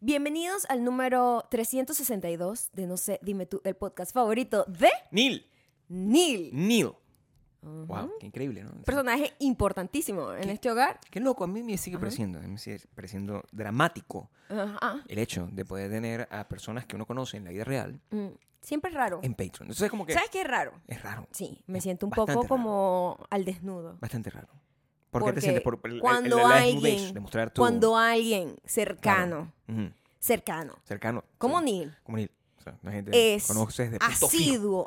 Bienvenidos al número 362 de No sé, dime tú, el podcast favorito de Neil. Neil. Neil. Wow, qué increíble, ¿no? O sea, Personaje importantísimo en ¿Qué? este hogar. Qué loco, a mí me sigue pareciendo, me sigue pareciendo dramático Ajá. el hecho de poder tener a personas que uno conoce en la vida real Mm, Siempre es raro. en Patreon. Entonces es como que ¿Sabes qué es raro? es raro, Sí, me siento un bastante poco raro. como al desnudo. bastante raro. ¿Por qué Porque te sientes por el- el- cuando la desnudez alguien, de mostrar tu cuando alguien cercano, Claro. Ujú, cercano, cercano? como sí, Neil, Como Neil. O sea, una gente que es conoces de punto fijo.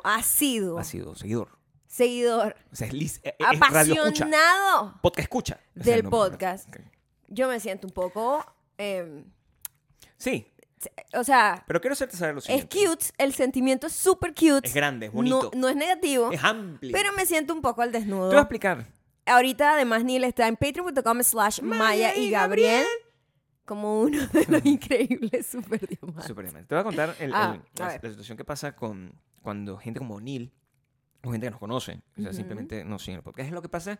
asiduo, asiduo, Asiduo, seguidor. seguidor, O sea, es, lis- eh, es- es radio escucha. apasionado. Podcast escucha. O sea, del no- podcast. ok. Yo me siento un poco, em, Sí, eh, o sea, pero quiero hacerte saber lo es siguiente. cute, el sentimiento es súper cute. Es grande, es bonito. No, no es negativo, Es amplio. pero me siento un poco al desnudo. Te voy a explicar. Ahorita además Neil está en patreon.com slash Maya y Gabriel como uno de los increíbles super diamantes. Súper bien. Te voy a contar el- Ah, el- a la, ver. la situación que pasa con cuando gente como Neil o gente que nos conoce, o sea, Ujú. simplemente no siguen el podcast. Lo que pasa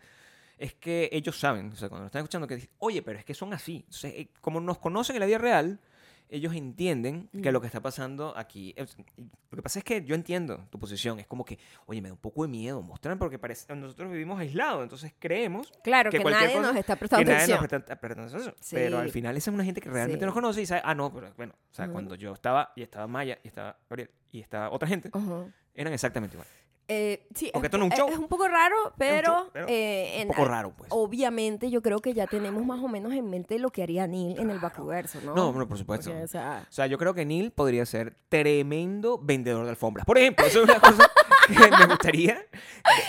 es que ellos saben, o sea, cuando nos están escuchando, que dicen, oye, pero es que son así. Entonces, eh, como nos conocen en la vida real, ellos entienden que lo que está pasando aquí. es- lo que pasa es que yo entiendo tu posición. Es como que, oye, me da un poco de miedo mostrar porque parece, nosotros vivimos aislados, entonces creemos Claro, que, cualquier nadie cosa- nos está prestando que nadie atención. nos presta- presta atención. Sí. Pero al final esa es una gente que realmente Sí. nos conoce y sabe, ah, no, pero bueno, o sea, Ujú. cuando yo estaba y estaba Maya y estaba Gabriel y estaba otra gente, Ajá. eran exactamente igual. Eh, sí, Porque es, esto no es un es- show. es un poco raro, pero, show, pero eh, en- un poco raro, pues. Obviamente, yo creo que ya tenemos más o menos en mente lo que haría Neil en el vacuverso, ¿no? No, bueno, por supuesto. Porque, o sea, O sea, yo creo que Neil podría ser tremendo vendedor de alfombras. Por ejemplo, eso es una cosa que me gustaría de-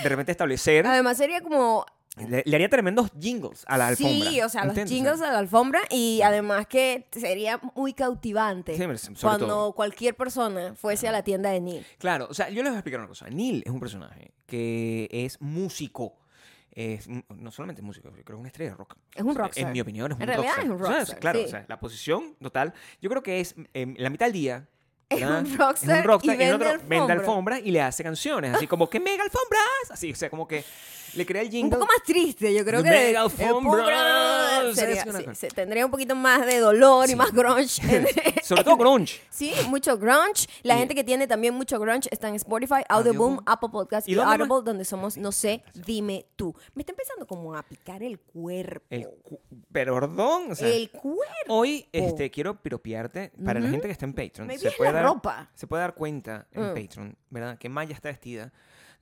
de repente establecer. además sería como Le, le haría tremendos jingles a la alfombra. Sí, o sea, los ¿entiendes? chingos a la alfombra y además que sería muy cautivante Sí, pero sobre cuando todo. cualquier persona fuese a la tienda de Neil. Claro, o sea, yo les voy a explicar una cosa. Neil es un personaje que es músico. Es, m- no solamente músico, yo creo que es una estrella de rock. Es un O sea, rockstar. En mi opinión, es En un realidad rockstar. es un O sea, rockstar, claro, sí. o sea, la posición total. Yo creo que es em, la mitad del día. Es ¿verdad? un rockstar y en vende vende alfombras. alfombras y le hace canciones. Así como que mega alfombras. Así, o sea, como que le crea el jingle. Un poco más triste, yo creo The que de- Mega el Alfombra, pobre- ¿sabes sería- qué una sí, cosa? se tendría un poquito más de dolor y Sí. más grunge. en- Sobre todo grunge. Sí, mucho grunge. La Y- gente que tiene también mucho grunge está en Spotify, Audioboom. Audioboom, Apple Podcast Ah, ¿Y y, dónde más? Audible, donde somos, no sé, dime tú. Me está empezando como a picar el cuerpo. El cu- perdón. Eh, O sea, Oh. El oh. cuerpo. Hoy este, quiero piropearte para la gente que está en Patreon. Maybe se es puede la dar, ropa. Se puede dar cuenta en Mm. Patreon, ¿verdad? Que Maya está vestida.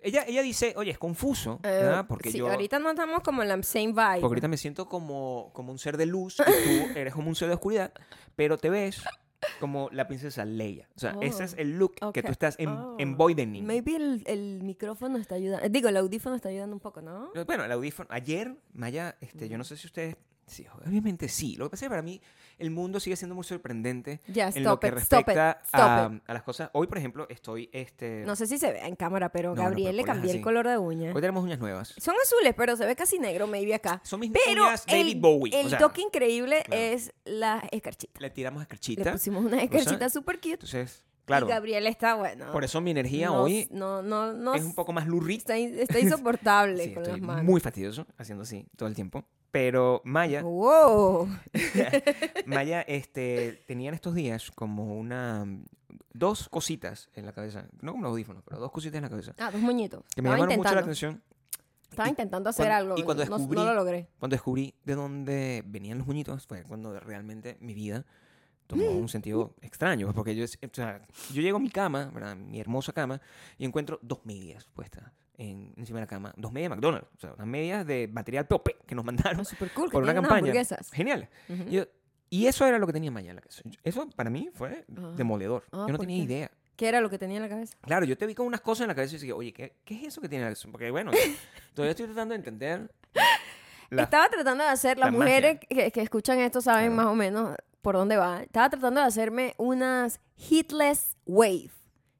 Ella, ella dice, oye, es confuso, ¿verdad? Eh, Porque sí, yo. ahorita no estamos como en la same vibe. Porque ahorita me siento como, como un ser de luz y tú eres como un ser de oscuridad, pero te ves como la princesa Leia. O sea, ese Oh, es el look que ok. tú estás en, Oh. embodying. Maybe el, el micrófono está ayudando. Digo, el audífono está ayudando un poco, ¿no? Pero Bueno, el audífono. Ayer, Maya, este, Mm. yo no sé si ustedes. Sí, obviamente sí. Lo que pasa es que para mí el mundo sigue siendo muy sorprendente Ya, en lo stop que it, stop it, respecta stop a, it. a las cosas. Hoy, por ejemplo, estoy. Este, No sé si se ve en cámara, pero No, no, Gabriel pero le ponlas cambié el así. color de uña. Hoy tenemos uñas nuevas. Son azules, pero se ve casi negro, maybe acá. Son mis Pero uñas David el, Bowie. el o sea, toque increíble claro. es la escarchita. Le tiramos Le escarchita. pusimos una escarchita súper cute. Entonces, Y claro. Gabriel está bueno. Por eso mi energía No- hoy No, no, no. es un poco más lurrita. Está, in- está insoportable Sí, con estoy las manos. muy fastidioso haciendo así todo el tiempo. Pero Maya, Wow. Maya, este, tenía en estos días como una dos cositas en la cabeza, no como los audífonos, pero dos cositas en la cabeza Ah, dos moñitos. que me Estaba llamaron mucho la intentando. atención Estaba Y intentando hacer cuando- algo. y cuando no- no- descubrí- no, lo logré. cuando descubrí de dónde venían los muñitos fue cuando realmente mi vida tomó Mm. un sentido extraño, pues, porque yo, es- o sea, yo llego a mi cama, ¿verdad? mi hermosa cama, y encuentro dos medias puestas en- encima de la cama, dos medias de McDonald's, o sea, unas medias de material POP E que nos mandaron Ah, Súper cool. que por una tienen unas campaña. hamburguesas. Mm. Genial. Ujú. Y yo- y eso era lo que tenía Maya en la casa. Eso para mí fue Ah. demoledor. Ah, yo no ¿por tenía qué? idea. ¿Qué era lo que tenía en la cabeza? Claro, yo te vi con unas cosas en la cabeza y dije, oye, ¿qué, qué es eso que tiene en la cabeza? Porque bueno, todavía estoy tratando de entender. la- Estaba tratando de hacer, las la mujeres que, que escuchan esto saben Claro. más o menos por dónde va. Estaba tratando de hacerme unas hitless wave,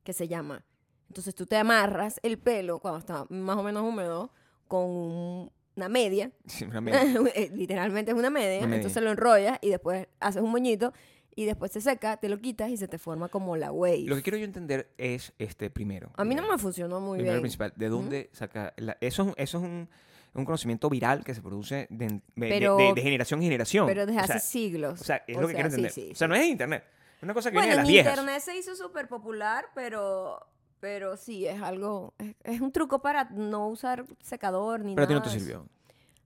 que se llama. Entonces tú te amarras el pelo cuando está más o menos húmedo con un- una media. Sí, una media. Eh, Literalmente es una media. Una media. Entonces lo enrollas y después haces un moñito y después se seca, te lo quitas y se te forma como la wave. Lo que quiero yo entender es, este, primero. A mí no primero, me funcionó muy primero bien. principal, ¿de dónde saca? la- eso, es un- eso es un, un conocimiento viral que se produce de, de- de- Pero- de- de generación en generación. Pero desde O hace sea, siglos. O sea, es O lo que sea, quiero sí, entender. sí, o sí. sea, no es de internet. Es una cosa que Bueno, viene de las en viejas. internet se hizo súper popular, pero, pero sí, es algo, es, es un truco para no usar secador ni pero a ti nada. no te de eso. sirvió.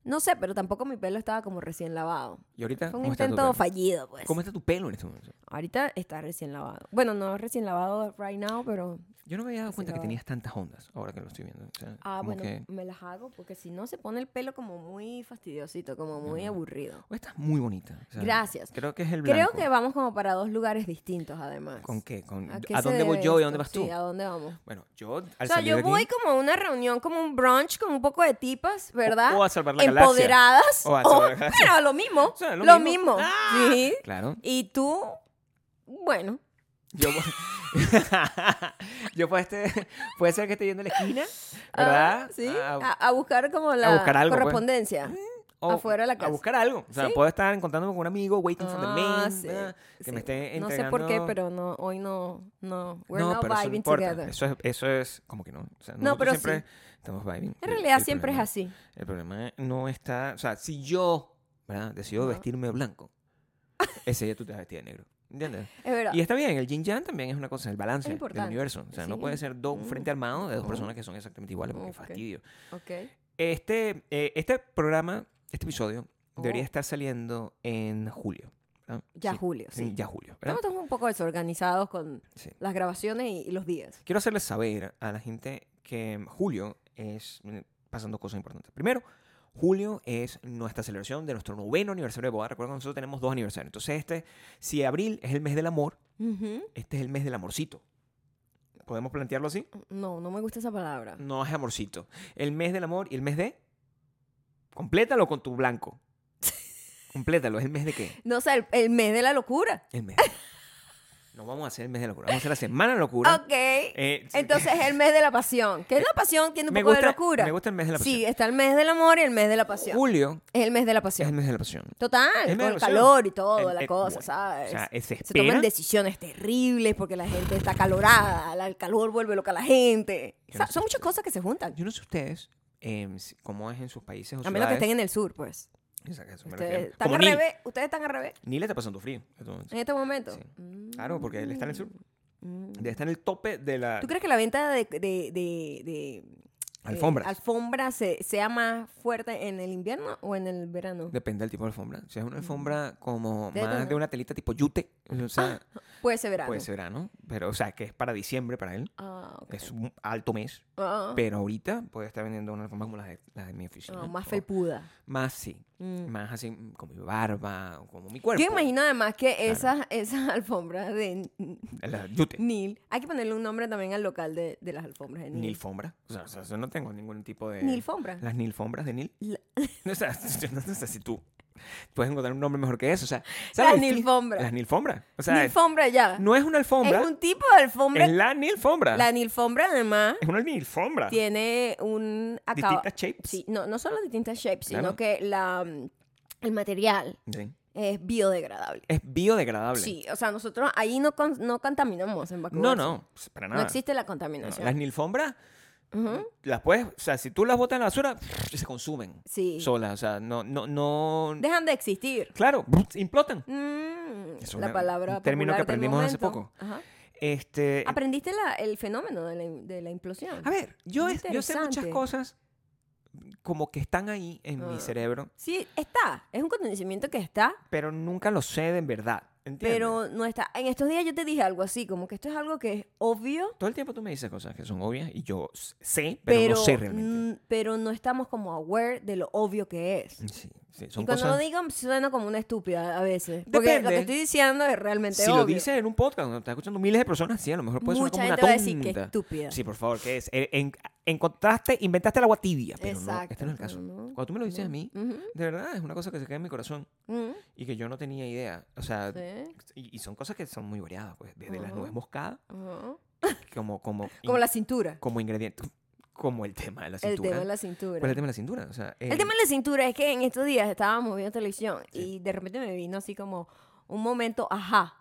No sé, pero tampoco mi pelo estaba como recién lavado. Y ahorita, Fue un Ah, ¿cómo está tu intento pelo? fallido, pues. ¿Cómo está tu pelo en este momento? Ahorita está recién lavado. Bueno, no recién lavado right now, pero... Yo no me había dado Se cuenta que acabó. tenías tantas ondas ahora que lo estoy viendo. O sea, Ah, como bueno, que- me las hago porque si no se pone el pelo como muy fastidiosito, como muy Ajá. aburrido. Oh, estás muy bonita. o sea, Gracias. Creo que es el Creo blanco. que vamos como para dos lugares distintos, además. ¿Con qué? ¿Con- ¿A, qué ¿A se dónde voy debe yo y esto? a dónde vas tú? Sí, ¿a dónde vamos? Bueno, yo al o sea, salir de yo aquí- voy como a una reunión, como un brunch, con un poco de tipas, ¿verdad? o a salvar la galaxia. Empoderadas. O a salvar la o- galaxia. Bueno, lo mismo. O sea, lo, lo mismo. mismo. Ah. Sí. Claro. Y tú, bueno. Yo, yo puede, este- puede ser que esté yendo a la esquina, ¿verdad? ah, sí. A- A, a buscar como la buscar algo, pues. correspondencia. o afuera de la casa. A buscar algo. O sea, Sí. puedo estar encontrándome con un amigo, waiting for the Ah, main, sí, ¿verdad? que sí. me esté No sé por qué, entregando- pero no, hoy no, no. We're no, not pero eso no vibing importa. together. Eso es, eso es como que no. O sea, No, nosotros pero siempre sí. estamos vibing. En El- realidad el siempre es problema- así. El problema no está. O sea, si yo ¿verdad? decido Ajá. vestirme de blanco, ese día tú te vas a vestir de negro. ¿Entiendes? Es verdad. Y está bien, el yin yang también es una cosa, el balance del importante, universo. O sea, no sí. puede ser do- un frente armado de dos Mm. personas que son exactamente iguales, porque Ok. fastidio. Ok. Este, eh, este programa, este episodio, Oh. debería estar saliendo en julio. ¿verdad? Ya Sí, julio, sí. sí, ya julio. ¿verdad? Estamos todos un poco desorganizados con Sí. las grabaciones y, y los días. Quiero hacerles saber a la gente que julio es mm, pasando cosas importantes. Primero, julio es nuestra celebración de nuestro noveno aniversario de boda. Recuerden que nosotros tenemos dos aniversarios. Entonces, este, si abril es el mes del amor, Ujú. este es el mes del amorcito. ¿Podemos plantearlo así? No, no me gusta esa palabra. No es amorcito. El mes del amor y el mes de. Complétalo con tu blanco. Complétalo. ¿Es el mes de qué? No, o sea, el, el mes de la locura. El mes. de- No vamos a hacer el mes de locura. Vamos a hacer la semana de locura. Ok. Eh, sí. Eh, Entonces es el mes de la pasión. ¿Qué es la pasión? Tiene un poco de locura. Me gusta el mes de la pasión. Sí, está el mes del amor y el mes de la pasión. Julio Es el mes de la es el pasión. mes de la pasión. Total, el mes con de la el pasión. calor y todo, El- la el- cosa, bueno, ¿sabes? O sea, eh, se se toman espera. decisiones terribles porque la gente está calorada, el calor vuelve loca a la gente. O sea, Yo no sé son muchas cosas que se juntan. Yo no sé ustedes eh, si- cómo es en sus países o A menos que estén ciudades. en el sur, pues. Exacto, eso me Ustedes refiero. están Como al Neil. revés. Ustedes están al revés Neil está pasando frío. en este momento. en este momento. Sí. Claro, porque él está en el sur. Mm. Debe estar en el tope de la ¿Tú crees que la venta de, de, de- de- alfombra. de alfombras se- sea más fuerte en el invierno o en el verano? Depende del tipo de alfombra. Si es una alfombra como De Ah, más lana. de una telita tipo yute, o sea, Puede ser verano. puede ser verano, pero o sea, que es para diciembre para él, Ah, ok. es un alto mes, Ah, pero ahorita puede estar vendiendo una alfombra como las de, las de mi oficina. ah, más o- felpuda. Más sí, Mm. más así como mi barba, o como mi cuerpo. Yo imagino además que Claro. esas, esas alfombras de N- La yute, Neil, hay que ponerle un nombre también al local de, de las alfombras de Neil. nilfombra. O sea, o sea, yo no tengo ningún tipo de... Nilfombra. Las nilfombras de Nil. La- No, o sea, yo no, no sé si tú puedes encontrar un nombre mejor que eso. O sea, ¿sabes? Las El fi- nilfombras. Las nilfombras. O sea, Nilfombra ya. no es una alfombra, es es, un tipo de alfombra. la nilfombra. La nilfombra además Es una nilfombra. tiene un acabado. Distintas shapes. Sí, no, no solo distintas shapes, sino Claro. que la, mm, el material Sí. es biodegradable. Es biodegradable. Sí, o sea, nosotros ahí no, con- no contaminamos en vacuoso. No, no, pues, para nada. No existe Mm. la No, contaminación. Las nilfombras, Ujú. las puedes, o sea, si tú las botas en la basura, se consumen Sí. solas. O sea, no, no, no. Dejan de existir. Claro, implotan. Mm, Es la una- palabra un término que popular del aprendimos hace momento. poco. Eh, Ajá. Este. Aprendiste la- el fenómeno de la, de la implosión. A ver, yo, Muy es- yo sé muchas interesante. cosas como que están ahí en Ah. mi cerebro, Sí, está. Es un conocimiento que está, pero nunca lo sé de verdad. ¿Entiendes? pero no está. En estos días yo te dije algo así, como que esto es algo que es obvio, Todo el tiempo tú me dices cosas que son obvias y yo s- sé, pero, pero, no sé realmente. mm, pero no estamos como aware de lo obvio que es. Sí, sí, Mm, son mm, y cuando cosas... lo digo suena como una estúpida a veces. Porque lo que Depende. estoy diciendo es realmente si obvio. lo dices en un podcast donde está escuchando miles de personas, sí, a lo mejor puede Mucha sonar gente como va a una decir que tonta. estúpida. sí, por favor, ¿qué es? E, En- en- encontraste, inventaste el agua tibia, pero no, este no es el Exacto, caso. pero no, Cuando tú me lo dices a mí, Ujú, de verdad es una cosa que se queda en mi corazón ujú, y que yo no tenía idea. O sea, sí, y, y son cosas que son muy variadas, pues, desde las Ujú. nubes moscadas ujú. como como Como in- la cintura. como ingrediente como el tema de la El cintura tema de la ¿Cuál cintura. es el tema de la cintura o sea eh, El tema de la cintura es que en estos días estábamos viendo televisión Sí. y de repente me vino así como un momento, ajá,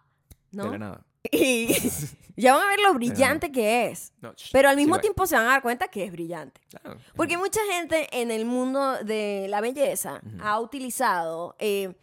de la ¿no? nada Y ya van a ver lo brillante que es. No, sh- Pero al mismo sí, tiempo se van a dar cuenta que es brillante. va. Claro. Porque mucha gente en el mundo de la belleza ha utilizado eh,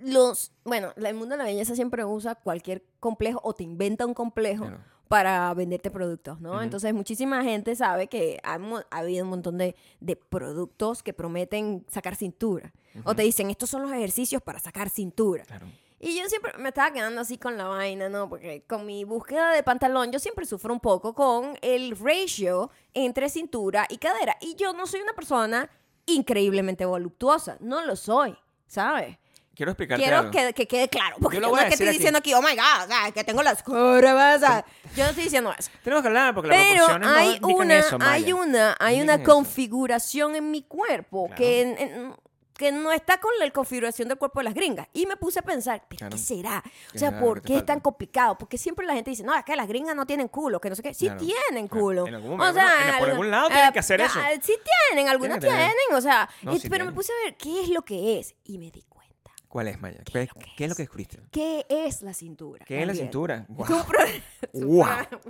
los... Bueno, la- el mundo de la belleza siempre usa cualquier complejo o te inventa un complejo Claro. para venderte productos, ¿no? Ujú. Entonces muchísima gente sabe que ha, mo- ha habido un montón de, de productos que prometen sacar cintura. O te dicen, estos son los ejercicios para sacar cintura. Claro. Y yo siempre me estaba quedando así con la vaina, ¿no? Porque con mi búsqueda de pantalón yo siempre sufro un poco con el ratio entre cintura y cadera. Y yo no soy una persona increíblemente voluptuosa, no lo soy, ¿sabes? Quiero explicarte Quiero algo. que, que quede claro, porque Yo yo lo no voy es a que decir estoy aquí. diciendo aquí, oh my god, o sea, que tengo las curvas. o sea, Yo no estoy diciendo eso. Tenemos que hablar porque las Pero proporciones hay no indican una, eso, Maya. hay una, hay una Indican eso. configuración en mi cuerpo Claro. que, en- en- que no está con la configuración del cuerpo de las gringas. Y me puse a pensar, ¿pero Claro. qué será? ¿Qué O sea, será lo ¿por que te qué es tan falta? complicado? Porque siempre la gente dice, no, es que las gringas no tienen culo, que no sé qué. Sí Claro. tienen Claro. culo. En algún o momento, sea, en- por algún lado eh, tienen que hacer eso. ah, Sí tienen, algunas que tener. tienen, o sea, No, y- sí pero tienen. me puse a ver qué es lo que es. Y me di cuenta. ¿Cuál es, Maya? ¿Qué ¿Qué, es lo que qué es lo es? que descubriste? ¿Qué es la cintura? ¿Qué es la Gabriel? cintura? Es un ¡Wow! pro- es un Wow. programa-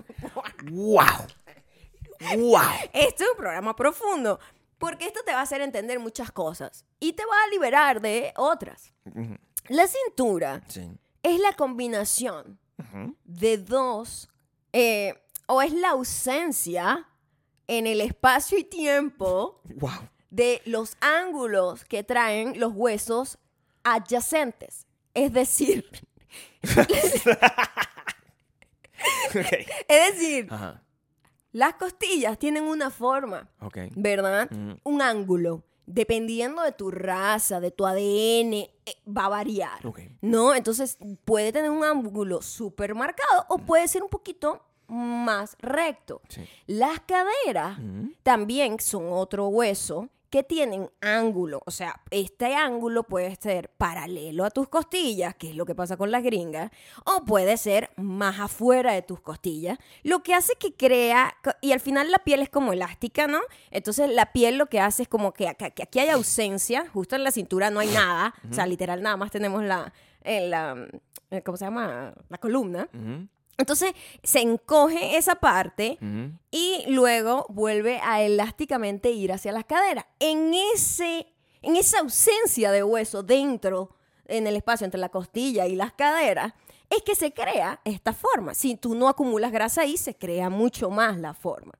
¡Wow! ¡Wow! Este es un programa profundo, porque esto te va a hacer entender muchas cosas y te va a liberar de otras. La cintura Sí. es la combinación Ujú. de dos, eh, o es la ausencia en el espacio y tiempo ¡Wow! de los ángulos que traen los huesos adyacentes. Es decir, Ok. es decir, Ajá. las costillas tienen una forma. Ok. Mm. ¿verdad? Ujú. Un ángulo, dependiendo de tu raza, de tu ADN, eh, va a variar. Ok. ¿No? Entonces puede tener un ángulo súper marcado o puede ser un poquito más recto. Sí. Las caderas Ujú. también son otro hueso que tienen ángulo. O sea, este ángulo puede ser paralelo a tus costillas, que es lo que pasa con las gringas, o puede ser más afuera de tus costillas, lo que hace que crea, y al final la piel es como elástica, ¿no? Entonces la piel lo que hace es como que, acá- que aquí hay ausencia, justo en la cintura no hay nada, o sea, literal nada más tenemos la, en la, eh, ¿cómo se llama? La columna. Ujú. Entonces se encoge esa parte Ujú. y luego vuelve a elásticamente ir hacia las caderas. En, ese, en esa ausencia de hueso dentro, en el espacio entre la costilla y las caderas, es que se crea esta forma. Si tú no acumulas grasa ahí, se crea mucho más la forma.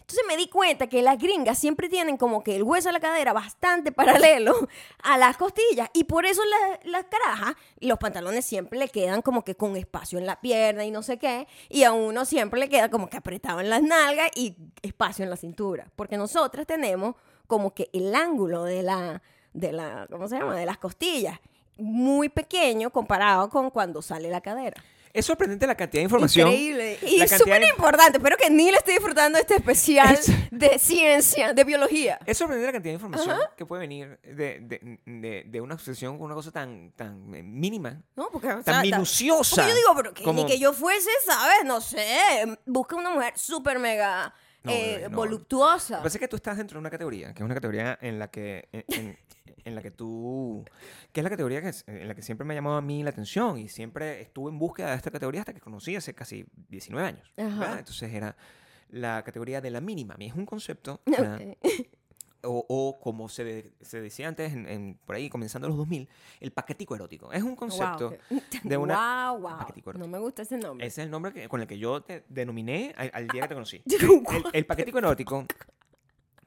Entonces me di cuenta que las gringas siempre tienen como que el hueso de la cadera bastante paralelo a las costillas y por eso la- las carajas, los pantalones siempre le quedan como que con espacio en la pierna y no sé qué, y a uno siempre le queda como que apretado en las nalgas y espacio en la cintura, porque nosotras tenemos como que el ángulo de la, de la, ¿cómo se llama? De las costillas, muy pequeño comparado con cuando sale la cadera. Es sorprendente la cantidad de información. Increíble. Y La cantidad súper de- importante. Espero que Neil esté disfrutando este especial Es- de ciencia, de biología. Es sorprendente la cantidad de información que puede venir de, de, de, de una obsesión con una cosa tan, tan eh, mínima, No, porque, o sea, tan ta- minuciosa. porque yo digo, pero que como- ni que yo fuese, ¿sabes? No sé. Busca una mujer súper mega No, eh, bebé, no. Pues, Lo voluptuosa. que pasa es que tú estás dentro de una categoría, que es una categoría en la que, en, en- en la que tú, que es la categoría que, es- en la que siempre me ha llamado a mí la atención y siempre estuve en búsqueda de esta categoría hasta que conocí hace casi 19 años. Ajá. ¿verdad? Entonces era la categoría de la mínima. A mí es un concepto, ¿verdad? Ok. o, o como se, de- se decía antes, en- en- por ahí comenzando los 2000, el paquetico erótico. Es un concepto Wow, de una... wow, wow. paquetico erótico. No me gusta ese nombre. Ese es el nombre que- con el que yo te denominé al, al día que te conocí. El, What el paquetico erótico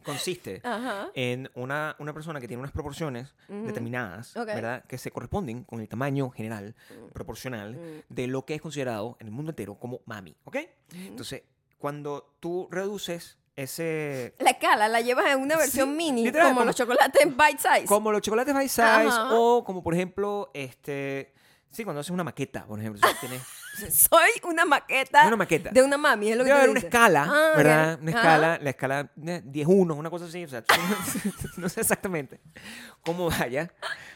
consiste Ajá. en una, una persona que tiene unas proporciones determinadas, Ok. Mm. ¿verdad? Que se corresponden con el tamaño general, proporcional, de lo que es considerado en el mundo entero como mami, ¿ok? Entonces, cuando tú reduces ese... La escala la llevas en una versión Sí, mini, literal, como como- los chocolates en bite size. Como los chocolates by size Ajá. o como, por ejemplo, este... Sí, cuando haces una maqueta, por ejemplo. si tienes- Soy una maqueta. Una maqueta. De una mami, es lo que tú Debe haber una dices. escala, Ah, ¿verdad? ok. Una Ajá. escala, la escala eh, 10-1, una cosa así, o sea, no sé exactamente cómo vaya,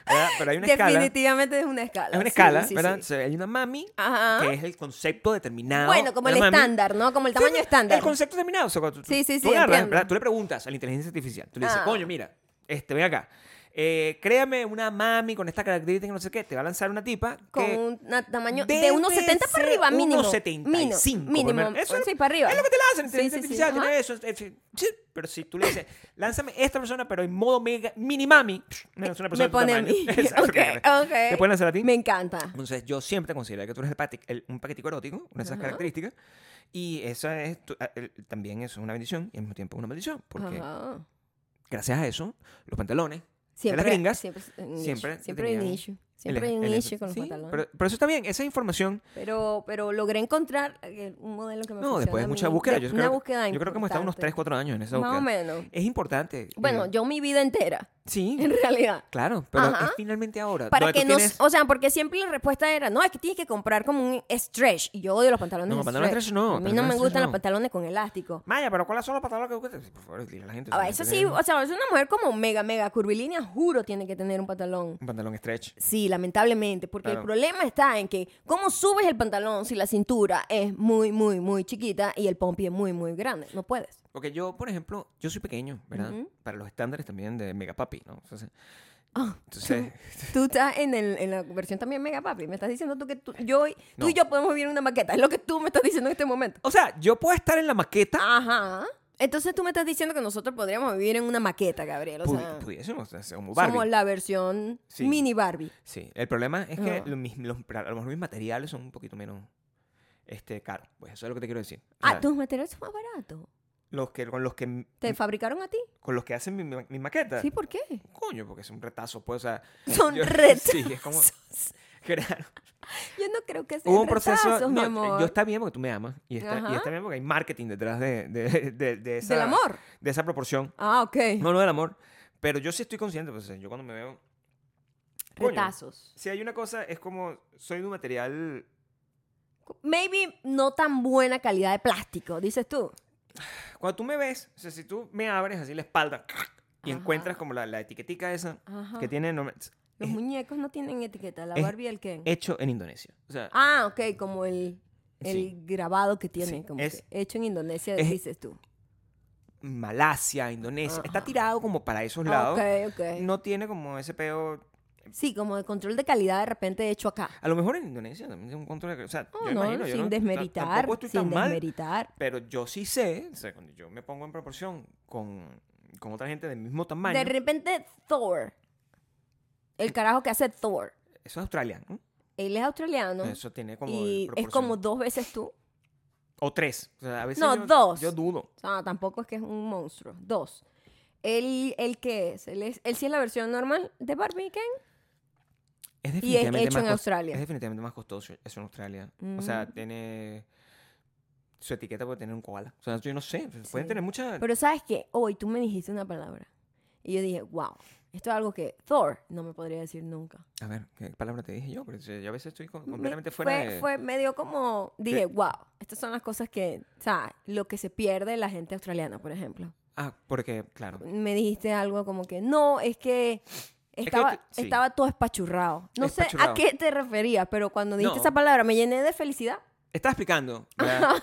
¿verdad? Pero hay una escala. Definitivamente es una escala. Es una sí, escala, sí, ¿verdad? sí. O sea, hay una mami Ajá. que es el concepto determinado. Bueno, como de el la mami. estándar, ¿no? Como el tamaño Sí, estándar. El concepto determinado. O sea, cuando tú- Sí, sí, tú sí, agarras, entiendo. ¿verdad? Tú le preguntas a la inteligencia artificial. Tú le dices, Ah. coño, mira, este, ven acá. eh, créame una mami con esta característica, no sé qué, te va a lanzar una tipa Con que un na- tamaño de debe 1,70 para ser arriba, mínimo. 1,75 por lo Mínimo. menos. Eso es- sí, para arriba. Es lo que te lanzan, Sí, sí, inteligencia sí, artificial, ajá. tiene eso. es- es- sí, pero si tú le dices, lánzame esta persona, pero en modo mega, mini mami, me lanza una Me persona de tu pone a tamaño. mí. Exacto, ok, claro. ok. ¿Te pueden lanzar a ti? Me encanta. Entonces, yo siempre considero que tú eres el pati- el- un paquetico erótico, una de esas Ajá. características. Y esa es tu- a- el- también eso es una bendición y al mismo tiempo una maldición. Porque Ajá. gracias a eso, los pantalones, Siempre, gringas, siempre, un nicho, siempre siempre hay un tenían nicho. Siempre hay un nicho con los pantalones. Pero, Pero, pero eso está bien, esa información. pero, logré encontrar eh, un modelo que me no, funciona después a de mucha mí. búsqueda. De- Yo una creo, que- búsqueda yo creo que hemos estado unos importante. 3, 4 años en esa Más búsqueda. o menos. Es importante. Bueno, digo, yo mi vida entera, en Sí, realidad. claro, pero Ajá. es finalmente ahora. Para donde que Ah, tú no, tienes- o sea, porque siempre la respuesta era, no, es que tienes que comprar como un stretch. Y yo odio los pantalones No, de pantalones stretch no, A mí no pantalones me stretch gustan no. los pantalones con elástico. Maya, pero ¿cuáles son los pantalones que buscas? Por favor, dile a la gente. A la ver, gente eso sí, tiene o sea, es una mujer como mega, mega curvilínea, juro, tiene que tener un pantalón. Un pantalón stretch. Sí, lamentablemente, porque el Claro. problema está en que cómo subes el pantalón si la cintura es muy, muy, muy chiquita y el pompi es muy, muy grande. No puedes. Porque yo, por ejemplo, yo soy pequeño, ¿verdad? Ujú. Para los estándares también de Mega Papi, ¿no? Entonces, Ah, entonces, Tú estás en, el- en la versión también mega papi. Me estás diciendo tú que tú, yo, y- tú No. y yo podemos vivir en una maqueta. Es lo que tú me estás diciendo en este momento. o sea, yo puedo estar en la maqueta. Ajá. Entonces tú me estás diciendo que nosotros podríamos vivir en una maqueta, Gabriel. Ah, O Pudi- sea, pudiésemos, o sea, como Barbie. somos la versión Sí. mini Barbie. Sí, el problema es que Ajá. los, mis, los- a lo mejor mis materiales son un poquito menos este, caros. Pues eso es lo que te quiero decir. O Ah, sea, tus materiales son más baratos. los que, con, los que, ¿Te fabricaron a ti? con los que hacen mi, mi- mi maqueta. Sí, ¿por qué? Coño, porque es un retazo, pues, o sea. Son yo- retazos. Sí, es como. Claro. Yo no creo que sean Hubo un proceso. retazos, mi no, amor. Yo está bien porque tú me amas. Y está, y Ajá. está bien porque hay marketing detrás de, de, de, de esa. ¿Del amor? De esa proporción. Ah, ok. No, no del amor. Pero yo sí estoy consciente, pues yo cuando me veo. coño, Retazos. Si hay una cosa, es como. Soy de un material. Maybe no tan buena calidad de plástico, dices tú. Cuando tú me ves, o sea, si tú me abres así la espalda y Ajá. Ah. encuentras como la, la etiquetica esa Ajá. que tiene norma- Los es muñecos no tienen etiqueta, la es- Barbie y el Ken. hecho en Indonesia. O sea, ah, ok, como el, el Sí. grabado que tienen, Sí, como es- que hecho en Indonesia, es- dices tú. Malasia, Indonesia, está Ajá. tirado como para esos Ah, lados. ok, ok. No tiene como ese peo. Sí, como de control de calidad de repente hecho acá. Oh, A lo mejor en Indonesia también tiene un control. de- O sea, Ah, No, yo no, imagino, yo sin no- desmeritar, tampoco estoy sin tan mal, desmeritar. Pero yo sí sé, o sea, cuando yo me pongo en proporción con, con otra gente del mismo tamaño, De repente Thor, el carajo que hace Thor, eso es australiano. ¿no? él es australiano Eso tiene como. y es proporción. como dos veces tú. O tres. O sea, a veces No, yo, dos. Yo dudo. O sea, tampoco es que es un monstruo. Dos. Él, él qué es? Él, es, él sí es la versión normal de Barbie y Ken. Y Es es definitivamente hecho más en cos- Australia. Mm. Es definitivamente más costoso eso en Australia. O sea, tiene. Su etiqueta puede tener un koala. O sea, yo no sé. Pueden Sí. tener muchas. Pero sabes que hoy tú me dijiste una palabra. Y yo dije, wow, esto es algo que Thor no me podría decir nunca. A ver, ¿qué palabra te dije yo? Pero si- yo a veces estoy com- Me- completamente fuera fue, de. fue- me dio como, dije, wow, estas son las cosas que, o sea, lo que se pierde la gente australiana, por ejemplo. Ah, porque, claro. me dijiste algo como que no, es que que estaba, yo te- sí. estaba todo espachurrado. No sé a Espachurrado. qué te referías, pero cuando dijiste No. esa palabra me llené de felicidad. Estaba explicando. ¿verdad?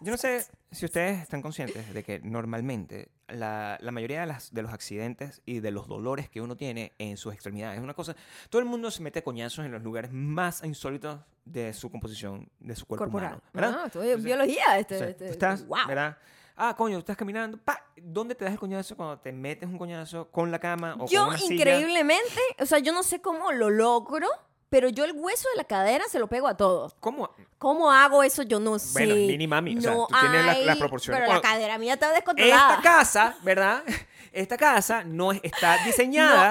Yo no sé si ustedes están conscientes de que normalmente la, la mayoría de, las, de los accidentes y de los dolores que uno tiene en sus extremidades es una cosa. Todo el mundo se mete coñazos en los lugares más insólitos de su composición, de su cuerpo corporal. humano, ¿verdad? Ah, estoy en Entonces, biología. Este, o sea, este- tú estás, wow. ¿verdad? Ah, coño, estás caminando. pa, ¿Dónde te das el coñazo cuando te metes un coñazo con la cama o con Yo una silla? increíblemente, o sea, yo no sé cómo lo logro, pero yo el hueso de la cadera se lo pego a todo. ¿Cómo? ¿Cómo hago eso? Yo no sé. mini mami, o sea, tú tienes la- las proporciones. Pero la Bueno, cadera mía está Esta descontrolada. casa, ¿verdad? Esta casa no es- está diseñada.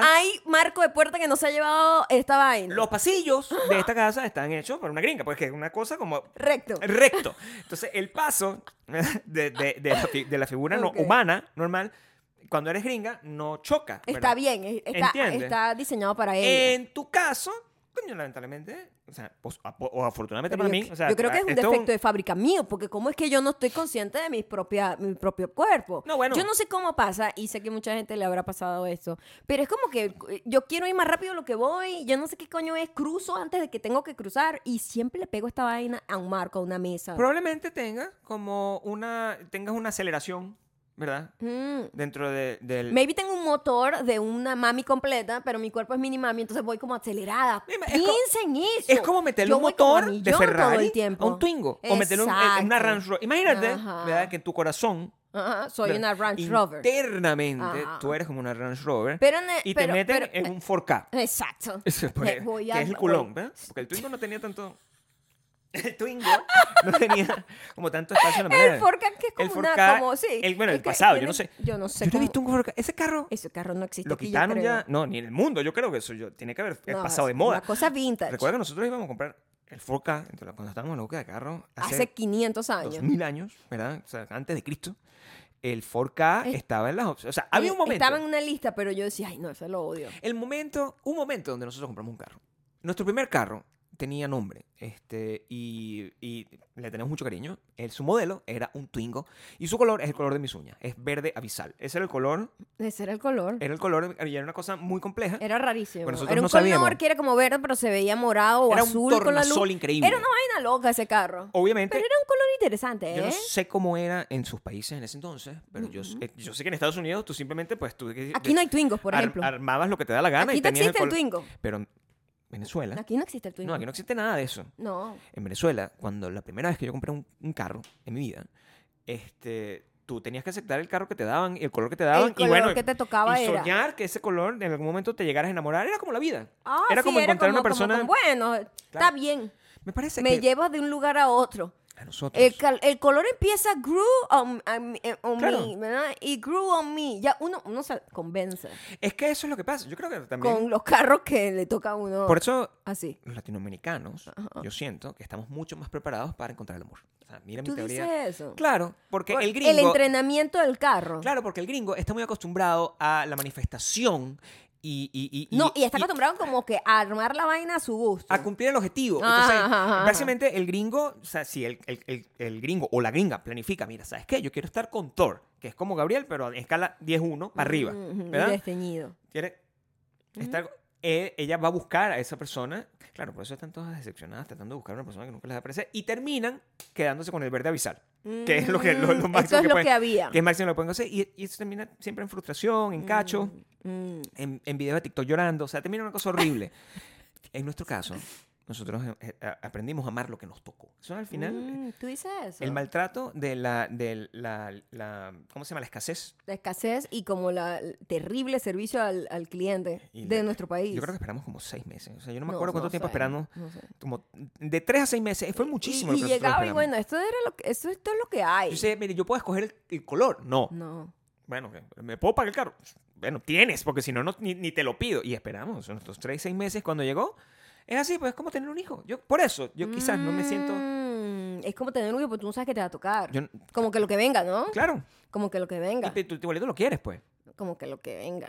no hay marco de puerta que no se ha llevado esta vaina. Los pasillos de esta casa están hechos por una gringa, porque es una cosa como Recto. recto. Entonces, el paso de, de- de la, fi- de la figura no- Ok. humana, normal, cuando eres gringa, no choca. ¿verdad? Está bien, es- está, ¿Entiendes? está diseñado para ella. En tu caso, coño, lamentablemente, o sea, pues, a- o afortunadamente Pero para yo, mí, o sea, yo creo que es un esto defecto de fábrica mío, porque cómo es que yo no estoy consciente de mi, propia, mi propio cuerpo. No, bueno. Yo no sé cómo pasa, y sé que mucha gente le habrá pasado eso, pero es como que eh, yo quiero ir más rápido de lo que voy, yo no sé qué coño es, cruzo antes de que tengo que cruzar, y siempre le pego esta vaina a un marco, a una mesa. Probablemente tengas como una, tengas una aceleración ¿verdad? Mm. Dentro de- del... Maybe tengo un motor de una mami completa, pero mi cuerpo es mini mami, entonces voy como acelerada. Es co- Piensen eso. Es como meterle Yo un voy como a motor de millón todo el Ferrari tiempo. a un Twingo. O meterle un- eh, Exacto. una Range Rover. Imagínate, Ajá. ¿verdad? Que en tu corazón... Ajá, soy ¿verdad? una Range Rover. Internamente, Ajá. tú eres como una Range Rover. Pero ne- y te pero- meten pero- eh, en un 4K. Exacto. Eso, pues, Me voy que a- es el voy- culón, ¿verdad? Porque el Twingo no tenía tanto... El Twingo no tenía como tanto espacio en la manera. El Forcat que es como El una 4K, como sí. el- bueno, es el que pasado, yo tiene- no sé. Yo no sé. Yo no he cómo- visto un 4K. Ese carro Ese carro no existe. lo aquí, Este yo quitaron ya. creo. No, ni en el mundo. Yo creo que eso yo, tiene que haber No, pasado de es moda. Una cosa vintage. Recuerda que nosotros íbamos a comprar el 4K, entonces, cuando estábamos en la boca de carro, hace, hace, 500 años. 2000 años, ¿verdad? O sea, antes de Cristo, el 4K Es- estaba en las opciones. O sea, había un Eh, momento. Estaba en una lista, pero yo decía, ay, no, eso lo odio. El momento, un momento donde nosotros compramos un carro. Nuestro primer carro tenía nombre este, y, y le tenemos mucho cariño. El- su modelo era un Twingo y su color es el color de mis uñas, es verde abisal. Ese era el color, Ese era el color. era el color y era una cosa muy compleja. Era rarísimo. Bueno, nosotros era un no color sabíamos. que era como verde, pero se veía morado o Era un azul con la luz. tornasol increíble. Era una vaina loca ese carro. Obviamente, Pero era un color interesante, Yo ¿eh? no sé cómo era en sus países en ese entonces, pero yo, eh, yo sé que en Estados Unidos tú simplemente, pues tú... que- Aquí no hay twingos, por ar- ejemplo. Armabas lo que te da la gana Aquí y no tenías existe el colo- twingo. Pero en Venezuela... Aquí no existe el twingo. No, aquí no existe nada de eso. No. En Venezuela, cuando la primera vez que yo compré un, un carro en mi vida, este, tú tenías que aceptar el carro que te daban y el color que te daban. El color y bueno, que te tocaba y era. soñar que ese color en algún momento te llegaras a enamorar. Era como la vida. Ah, era sí, como encontrar una como- persona... como- bueno, está bien. Me parece Me que llevas de un lugar a otro. a nosotros... El, cal- el color empieza grew on, on- on Claro. me, ¿verdad? Y grew on me. Ya uno, uno se convence Es que eso es lo que pasa. Yo creo que también... con los carros que le toca a uno. Por eso Así. los latinoamericanos, yo siento que estamos mucho más preparados para encontrar el amor. O sea, mira mi ¿Tú teoría. dices eso? Claro, porque Por- el gringo. entrenamiento del carro. Claro, porque el gringo está muy acostumbrado a la manifestación y. y- y- no, y- y está y acostumbrado como que a armar la vaina a su gusto. a cumplir el objetivo. Ajá, Entonces, Ah, ajá, ajá. básicamente el gringo, o sea, si el, el- el- el gringo o la gringa planifica, mira, ¿sabes qué? Yo quiero estar con Thor, que es como Gabriel, pero en escala 10-1 para arriba. Ujú, ¿verdad? Y desteñido. quiere estar- eh, ella va a buscar a esa persona. Claro, por eso están todas decepcionadas tratando de buscar a una persona que nunca les aparece y terminan quedándose con el verde avisal, que es lo que lo, lo Mm, máximo Eso es que lo pueden- que había. que es máximo lo que pueden hacer y, y eso termina siempre en frustración, en cacho, Mm, en, en videos de TikTok llorando, o sea, termina una cosa horrible. en nuestro caso, nosotros eh, eh, aprendimos a amar lo que nos tocó. Eso al final mm, Tú dices eso. el maltrato de la de la, la ¿cómo se llama? la escasez La escasez y como la, el terrible servicio al, al cliente Y de la- nuestro país. Yo creo que esperamos como seis meses. O sea, yo no me No, acuerdo cuánto no tiempo sé, esperamos. no sé. Como de tres a seis meses. Fue muchísimo. Y, lo y que nosotros llegaba y esperamos. bueno, esto era lo que, esto, esto es lo que hay. Yo sé, mire, yo puedo escoger el, el color. No. No. Bueno, que- ¿me puedo pagar el carro? Bueno, tienes, porque si no, no ni, ni te lo pido. Y esperamos. En estos tres, seis meses, cuando llegó, es así, pues es como tener un hijo. Yo, por eso, yo quizás no me siento. Mm, Es como tener un hijo, porque tú no sabes que te va a tocar. Yo- Como que lo que venga, ¿no? Claro. Como que lo que Y venga. pe- tú, tu boleto lo quieres, pues. Como que lo que venga.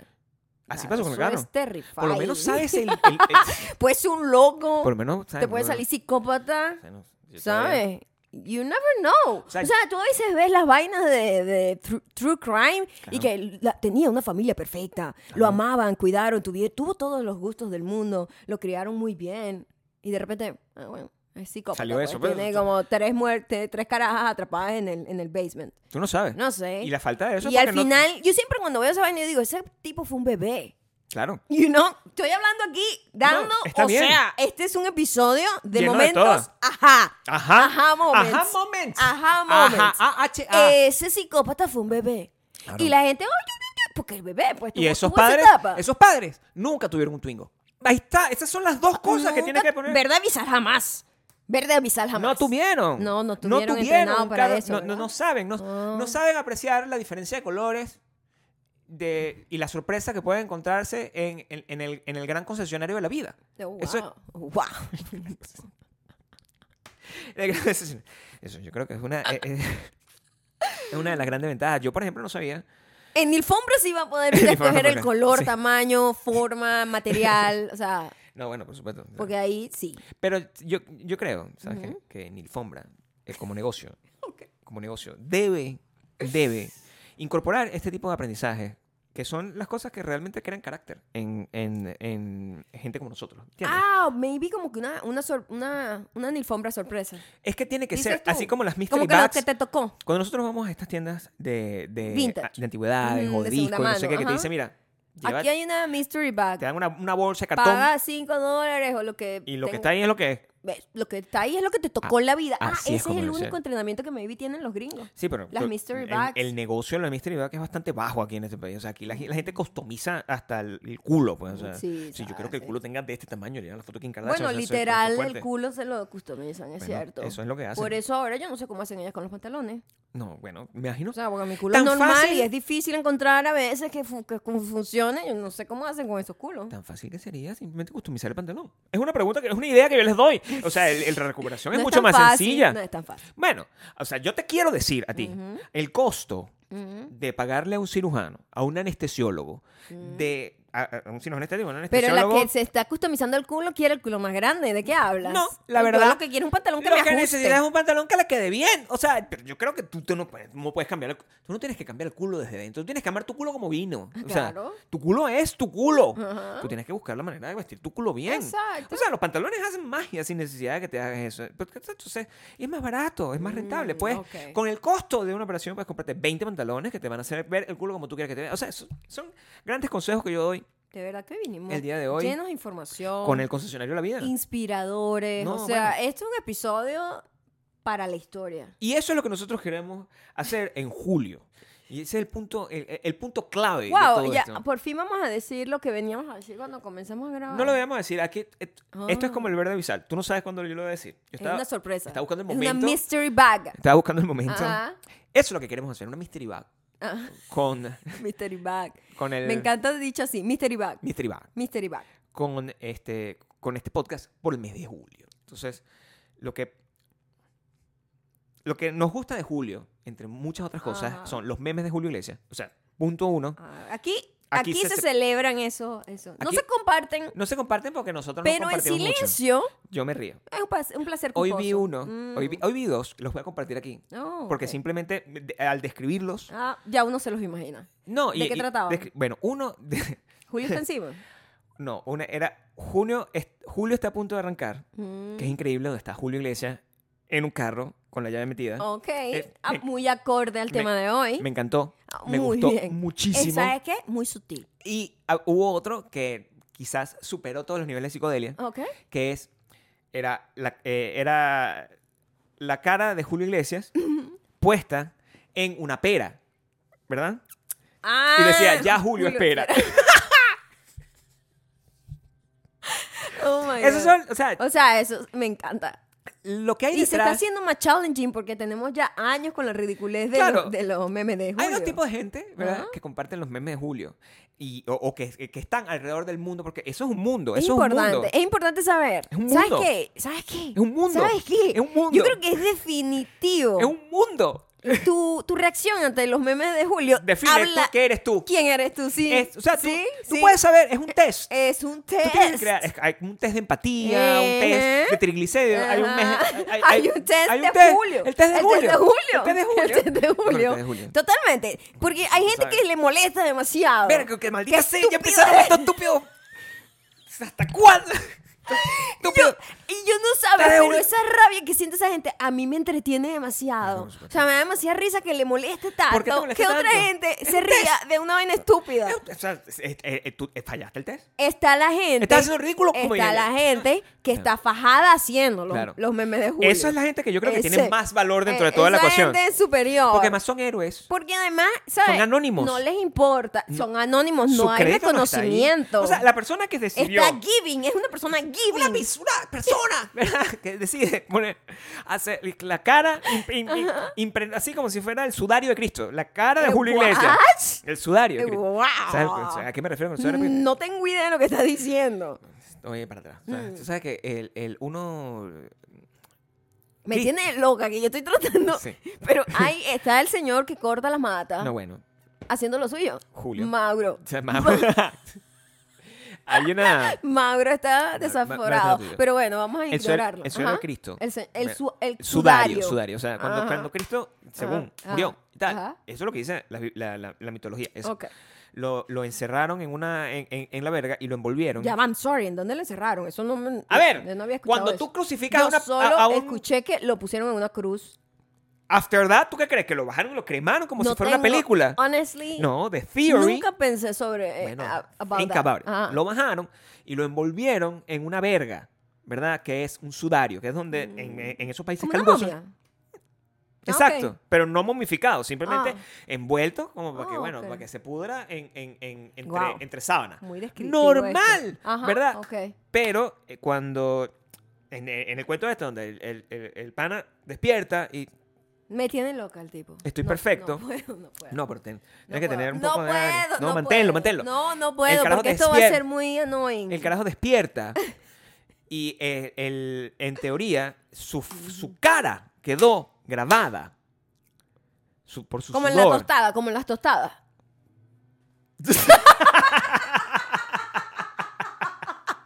Así Claro, pasó con el eso carro. Es terrifying. Por lo menos sabes el. el- el- Pues un loco. por lo menos sabes. te puede no, salir psicópata. o sea, no, yo todavía- ¿Sabes? You never know. O sea, sea, tú a veces ves las vainas de, de tru- True Crime y que la- tenía una familia perfecta. Lo amaban, cuidaron, tuvi- tuvo todos los gustos del mundo, lo criaron muy bien. Y de repente, ah, bueno, es psicópata. Salió pues, eso, pues, tiene eso- como tres muertes, tres carajas atrapadas en el, en el basement. Tú no sabes. No sé. Y la falta de eso. es Y al porque no- final, yo siempre cuando veo esa vaina, yo digo, ese tipo fue un bebé. Claro. You know, estoy hablando aquí, dando, está o bien. sea, este es un episodio de Lleno de momentos, todo. ajá, Ajá. ajá moments, Ajá moments. ajá moments. Ajá, AHA. Ese psicópata fue un bebé. Claro. Y la gente, "Oh, "Ay, ay, ay, ay", porque el bebé, pues, Y tuvo- esos tuvo esa padres, etapa. esos padres nunca tuvieron un Twingo. Ahí está, esas son las dos cosas que tiene Nunca- que poner. Verde avisar jamás, verde avisar jamás. No tuvieron. No, no tuvieron entrenado un para carro- eso, No, no, ¿verdad? Ah. no saben, no, no saben apreciar la diferencia de colores de, y la sorpresa que pueden encontrarse en, en- en el, en el gran concesionario de la vida. Oh, wow. Eso- wow. Eso yo creo que es una, Ah. eh, eh, es una de las grandes ventajas. Yo, por ejemplo, no sabía. En Nilfombra sí va a poder En Nilfombra, escoger el porque- color, sí. tamaño, forma, material, o sea, No, bueno, por supuesto. porque ahí sí. Pero yo, yo creo, ¿sabes qué? Que Nilfombra, eh, como negocio, como negocio, debe, debe incorporar este tipo de aprendizaje que son las cosas que realmente crean carácter en, en- en gente como nosotros. ¿entiendes? Ah, maybe como que una, una, sor- una, una alfombra sorpresa. es que tiene que dices ser, tú, así como las mystery Como que lo Este, bags, que te tocó. Cuando nosotros vamos a estas tiendas de, de, Vintage. de antigüedades Ujú, o de discos, segunda no sé mano, qué, que te ajá. dicen, mira, lleva- Aquí hay una mystery te bag. dan una, una bolsa de cartón Paga 5 dólares o lo que. y lo que tenga- está ahí es lo que es. Ve, Lo que está ahí es lo que te tocó en la vida. Ah, ese así es es, como el debe ser. único entrenamiento que maybe tienen los gringos. Sí, pero Las tú- mystery el- bags. El, negocio de la mystery bag es bastante bajo aquí en este país. O sea, aquí la, gen- la gente customiza hasta el, el culo. Pues, o sea, Sí, si yo sabes. creo que el culo tenga de este tamaño, ya la foto que Bueno, literal, el culo se lo customizan, es cierto. Eso es lo que hacen. Por eso ahora yo no sé cómo hacen ellas con los pantalones. No, bueno, me imagino. O sea, porque mi culo Tan es normal fácil. y es difícil encontrar a veces que, fu- que fu- funcione. Yo no sé cómo hacen con esos culos. Tan fácil que sería simplemente customizar el pantalón. Es una pregunta que es una idea que yo les doy. O sea, el, el- la recuperación es No mucho tan más fácil, sencilla. No es tan fácil. Bueno, o sea, yo te quiero decir a ti, el costo Mm. de pagarle a un cirujano, a un anestesiólogo, de a, a un cirujano anestésico, a un Mm. Pero la anestesiólogo, que se está customizando el culo quiere el culo más grande. ¿De qué hablas? No, la Yo verdad, lo que quiere es un pantalón que lo me que ajuste. necesitas es un pantalón que le quede bien. O sea, pero yo creo que tú, tú no, puedes, no puedes cambiar. el cu- Tú no tienes que cambiar el culo desde dentro. Tú tienes que amar tu culo como vino. O sea, Ah, Claro. tu culo es tu culo. Ajá. Tú tienes que buscar la manera de vestir tu culo bien. Exacto. O sea, los pantalones hacen magia sin necesidad de que te hagas eso. Porque, entonces, es más barato, es más rentable. Mm, Pues, ok. con el costo de una operación, puedes comprarte 20 pantalones que te van a hacer ver el culo como tú quieres que te vea. O sea, son, son grandes consejos que yo doy De verdad que vinimos El día de hoy, llenos de información, con el concesionario de la vida. inspiradores. No, o sea, bueno. esto es un episodio para la historia. Y eso es lo que nosotros queremos hacer en julio. Y ese es el punto, el, el- el punto clave de Wow, todo ya ah, esto. por fin vamos a decir lo que veníamos a decir cuando comenzamos a grabar. No lo debemos decir. Aquí, et- Esto es Ah. como el verde visual. Tú no sabes cuándo yo lo voy a decir. Yo es una sorpresa. estaba buscando el Es una momento. mystery bag. Estaba buscando el momento. Ajá. Eso es lo que queremos hacer, una mystery bag. Ah, Con, mystery bag. con el... Me encanta dicho así, mystery bag. Mystery bag. Mystery bag. Con este, con este podcast por el mes de julio. Entonces, lo que... Lo que nos gusta de julio, entre muchas otras cosas, Ajá. son los memes de Julio Iglesias. O sea, punto uno. Ah, aquí, Aquí aquí, se se, ce- celebran eso, eso. no Aquí- se comparten, No se comparten porque nosotros no pero en compartimos mucho. silencio Yo me río. es un pas- un placer Hoy culposo. vi uno, Mm. hoy, vi, hoy vi dos, los voy a compartir aquí. Oh, Porque ok. simplemente de- al describirlos. Ah, ya uno se los imagina. No, ¿De qué trataban? descri- bueno, uno. de- Julio está encima. no, una era. Junio, es- Julio está a punto de arrancar, Mm, que es increíble, donde está Julio Iglesias en un carro con la llave metida. ok, eh, Ah, me- muy acorde al me- tema de hoy. Me encantó, Ah, me muy gustó bien. muchísimo. Esa es que muy sutil. Y ah, hubo otro que quizás superó todos los niveles de psicodelia, Ok. que es. Era la, eh, era la cara de Julio Iglesias puesta en una pera, ¿verdad? Ah, Y decía, ya Julio, espera. Oh my Esos God. son, o sea, O sea, eso me encanta. lo que hay Y se está detrás. haciendo más challenging porque tenemos ya años con la ridiculez de, Claro. los, de los memes de Julio. Hay dos tipos de gente, ¿verdad? Ajá. Que comparten los memes de Julio. Y, o o que, que están alrededor del mundo, porque eso es un mundo. Es Eso importante, es un mundo. es importante saber. Es un ¿Sabes mundo. qué? ¿Sabes qué? Es un mundo. ¿Sabes qué? Es un mundo. Yo creo que es definitivo. Es un mundo. tu, tu reacción ante los memes de Julio Define habla tú qué eres tú. quién eres tú, sí. Es- o sea, tú, ¿Sí? tú sí. puedes saber, es un test. Es un Tú test. tienes que crear- es- hay un test de empatía, un test Ajá. de triglicéridos, hay un mes- Ajá. hay- hay- Hay un test hay un de test, Julio. El test de Julio. Julio. El test de El Julio. test de Julio. El test de Julio. Totalmente. Porque hay gente ¿Sabes? que le molesta demasiado. Verga, que maldita Qué sea, ya estúpido empezaron eres. estos estúpidos. ¿Hasta cuándo? Estúpido. Y yo no sabía, Test de pero Julio. esa rabia que siente esa gente a mí me entretiene demasiado. Claro, por O sea, me da demasiada risa que le moleste tanto. ¿Por qué te molesta que otra tanto? gente Es se un test. ría de una vaina estúpida. O sea, es- es- es- ¿tú eh, fallaste el test? Está la gente. Estás haciendo ridículo como Está ya- la gente que está fajada haciendo los, Claro. los memes de Julio. Esa es la gente que yo creo que Ese- tiene más valor dentro de eh, toda la ecuación. Esa gente es superior. Porque además son héroes. Porque además, ¿sabes? Son anónimos. No les importa. Son anónimos, Su no hay crédito no está ahí. reconocimiento. o sea, la persona que decidió. Está giving, es una persona giving. una, pis- una persona Mm. ¿verdad? que decide poner hacer la cara im- im- im- impre- así como si fuera el sudario de Cristo la cara de Eh, Julio what? Iglesias el sudario de Cristo. Wow. ¿Sabes? O sea, ¿a qué me refiero con el sudario de Cristo? No tengo idea de lo que estás diciendo. oye para atrás O Mm. sea, tú sabes que el, el uno Me Sí. tiene loca que yo estoy tratando. Sí. Pero ahí está el señor que corta las matas no bueno haciendo lo suyo. Julio. Mauro. o sea, Mauro- hay una Mauro está Mauro desaforado. está tuyo. pero bueno, vamos a El suel- ignorarlo. el suelo de Ajá. Cristo. El, se- el su- el sudario, sudario. sudario. O sea, cuando, Ajá. cuando Cristo, según, Ajá. murió y tal. Ajá. Eso es lo que dice la, bi- la- la- la mitología. Eso. Ok. lo, lo encerraron en, una, en, en- en la verga y lo envolvieron. Ya, I'm sorry, ¿en dónde lo encerraron? Eso no me- A ver, yo no había escuchado cuando eso. tú crucificas a Yo una- a- solo a un- escuché que lo pusieron en una cruz. After that, ¿tú qué crees? ¿Que lo bajaron y lo cremaron como No si fuera una tengo- película? Honestly, No, The Theory. nunca pensé sobre... eh, Bueno, a- about think that. about it. Ajá. Lo bajaron y lo envolvieron en una verga, ¿verdad? Que es un sudario, que es donde en, en esos países Mm. Como una calurosos. momia. Ah, Exacto, ok. pero no momificado, simplemente Ah. envuelto como para que, Ah, bueno, ok. para que se pudra en, en- en- entre, Guau. Mm. entre sábanas. Muy descriptivo Normal, esto. Ajá, ¿verdad? ok. Pero eh, cuando, en, en el cuento este, donde el, el- el- el pana despierta y, Me tiene loca el tipo. Estoy No, perfecto. No puedo, no puedo. no, pero ten- No tienes que puedo. tener un no poco de... puedo, ánimo. no No, manténlo, puedo. manténlo. No, no El puedo, carajo porque esto va a despier- ser muy annoying. El carajo despierta y eh, el- en teoría su, su cara quedó grabada su- por su como en la sudor. tostada, como en las tostadas.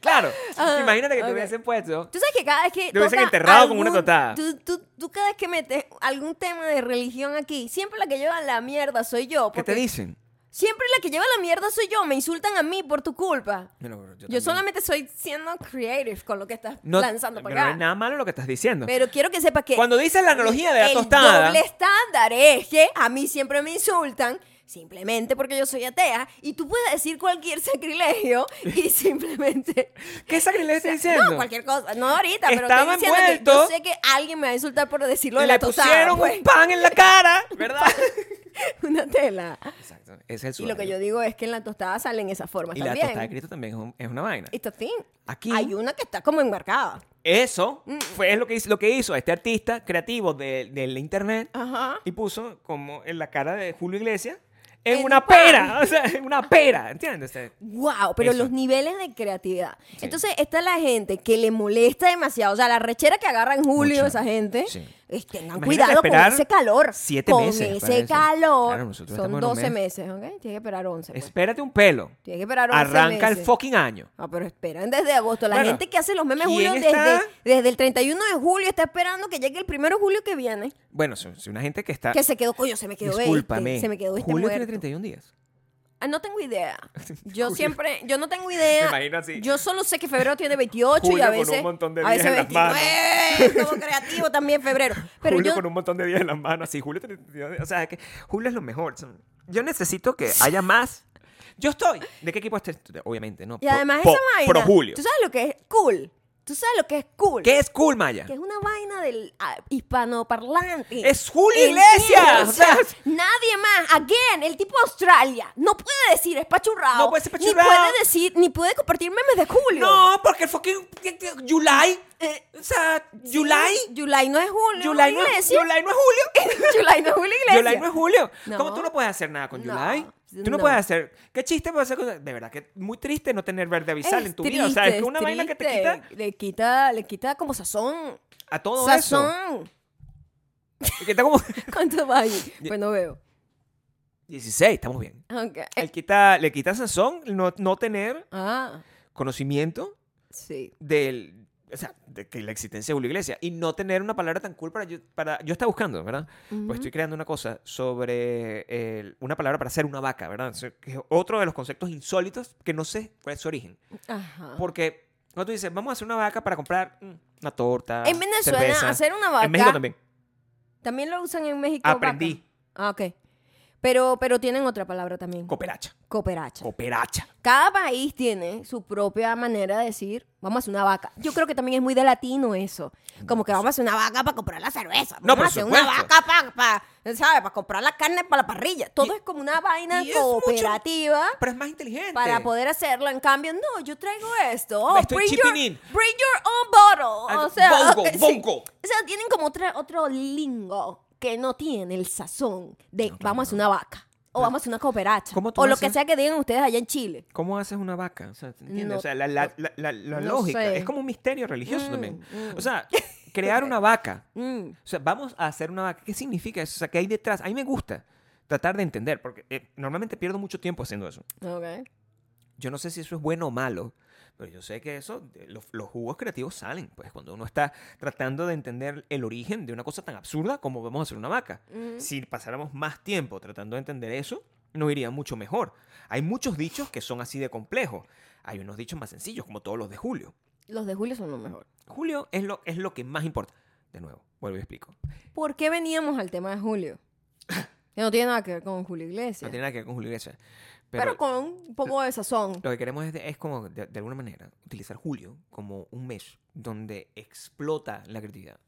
Claro, Ah, imagínate que te ok. hubiesen puesto. Tú sabes que cada vez que. Lo hubiesen toca enterrado con una algún- totada. Tú, tú- tú cada vez que metes algún tema de religión aquí, siempre la que lleva la mierda soy yo. ¿Qué Porque te dicen? Siempre la que lleva la mierda soy yo. Me insultan a mí por tu culpa. Bueno, pero Yo, también- solamente estoy siendo creative con lo que estás No- lanzando pero para No acá. hay nada malo en lo que estás diciendo. Pero quiero que sepas que. Cuando dices la analogía de la el tostada. doble estándar es que a mí siempre me insultan simplemente porque yo soy atea y tú puedes decir cualquier sacrilegio y simplemente. ¿Qué sacrilegio estás diciendo? No, cualquier cosa. No ahorita, pero Estaba estoy diciendo que yo envuelto. sé que alguien me va a insultar por decirlo de Le la tostada. pusieron pues. un pan en la cara, ¿verdad? Una tela. Exacto. Ese es el Y lo que yo sudario. digo es que en la tostada salen esas formas Y la también. tostada de Cristo también es, un- es una vaina. It's a thing. Aquí- Hay una que está como enmarcada. Eso Mm. fue es lo que hizo, lo que hizo este artista creativo de- del internet Ajá. y puso como en la cara de Julio Iglesias en, En una un pan. pera, o sea, en una pera, ¿entiendes? O sea, Wow, pero Eso. los niveles de creatividad. Sí. Entonces, está la gente que le molesta demasiado. O sea, la rechera que agarra en julio Mucha. esa gente. Sí. es- tengan Imagínate cuidado con esperar ese calor. siete con meses para ese eso. calor. Claro, nosotros Son estamos en un 12 meses, ¿ok? Tienes que esperar 11. pues. espérate un pelo. Tienes que esperar 11 Arranca el meses. fucking año. Ah, pero esperan desde agosto. La Bueno, gente que hace los memes ¿quién julio desde, está? desde el 31 de julio está esperando que llegue el primero de julio que viene. Bueno, si, si una gente que está Que se quedó, coño, se me quedó Ah. Discúlpame. este. Se me quedó este Julio tiene muerto. 31 días. Ah, no tengo idea. Yo Julio. siempre, yo no tengo idea. Me imagino así. Yo solo sé que febrero tiene 28 y Julio a con un veces. montón de a veces días en las manos. 29, como creativo también febrero. Pero Julio yo. con un montón de días en las manos. Así, Julio tiene 32 días. O sea, que Julio es lo mejor. son- Yo necesito que haya más. Yo estoy. ¿De qué equipo estás? Obviamente, ¿no? Y además Pro- esa pro- vaina. Pro Julio. ¿Tú sabes lo que es cool? ¿Tú sabes lo que es cool? ¿Qué es cool, Maya? Que es una vaina del ah, hispanoparlante. ¡Es Julio ¿Entiendes? Iglesias! O sea, O sea, nadie más. Again, el tipo de Australia. No puede decir es pachurrado. No puede ser pachurrado. Ni puede decir, ni puede compartir memes de Julio. No, porque el fucking July. O sea, July. July no es Julio. July no, es, Iglesias. July no es Julio. July no es Julio Iglesias. July no es Julio. No. ¿Cómo tú no puedes hacer nada con No, July? Tú no, no. puedes hacer. ¿Qué chiste puedes hacer con De verdad que muy triste no tener verde avisal Es en tu vida. O sea, es triste, que una es vaina que te triste. quita Le quita, le quita como sazón. a todo eso. sazón. Te quita como. ¿Cuánto va ahí? Pues no veo. 16, estamos bien. Ok. Le quita, le quita sazón no, no tener Ah, conocimiento sí. del. O sea, de que la existencia de Julio Iglesias y no tener una palabra tan cool para yo, para, yo estaba buscando, ¿verdad? Pues estoy creando una cosa sobre el- una palabra para ser una vaca, ¿verdad? O sea, que es otro de los conceptos insólitos que no sé cuál es su origen. Ajá. Porque cuando tú dices, vamos a hacer una vaca para comprar mm, una torta. En Venezuela, cerveza. hacer una vaca. En México también. También lo usan en México. vaca? Aprendí. Ah, ok. Pero, pero tienen otra palabra también. Cooperacha. cooperacha. Cooperacha. Cada país tiene su propia manera de decir, vamos a hacer una vaca. Yo creo que también es muy de latino eso. Como que vamos a hacer una vaca para comprar la cerveza. Vamos No, por a hacer una supuesto. vaca para, ¿sabes? Para comprar la carne para la parrilla. Todo es como una vaina y es mucho- cooperativa. Pero es más inteligente. Ah. Para poder hacerlo, en cambio, no, yo traigo esto. Oh, Estoy bring, your, chipping bring in. your own bottle. Ah, O sea, bongo, ok, sí. bongo. O sea, tienen como otra- otro lingo que no tiene el sazón de vamos a hacer una vaca o vamos a hacer una cooperacha ¿Cómo tú o lo haces? que sea que digan ustedes allá en Chile. ¿Cómo haces una vaca? O sea, ¿te ¿entiendes? No- o sea, la, la- la- la- la no lógica. sé. Es como un misterio religioso también. O sea, crear una vaca. Mm. O sea, vamos a hacer una vaca. ¿Qué significa eso? O sea, ¿qué hay detrás? A mí me gusta tratar de entender, porque eh, normalmente pierdo mucho tiempo haciendo eso. Ok. Yo no sé si eso es bueno o malo, pero yo sé que eso, eh, los, los jugos creativos salen, pues cuando uno está tratando de entender el origen de una cosa tan absurda como vamos a hacer una vaca. Si pasáramos más tiempo tratando de entender eso, nos iría mucho mejor. Hay muchos dichos que son así de complejos. Hay unos dichos más sencillos, como todos los de Julio. Los de Julio son lo mejor. Julio es lo, es lo que más importa. De nuevo, vuelvo y explico. ¿Por qué veníamos al tema de Julio? Que no tiene nada que ver con Julio No Iglesias. tiene nada que ver con Julio Iglesias. pero, Pero, con un poco de sazón. lo que queremos es, de- es como, de, de alguna manera, utilizar Julio como un mes donde explota la creatividad.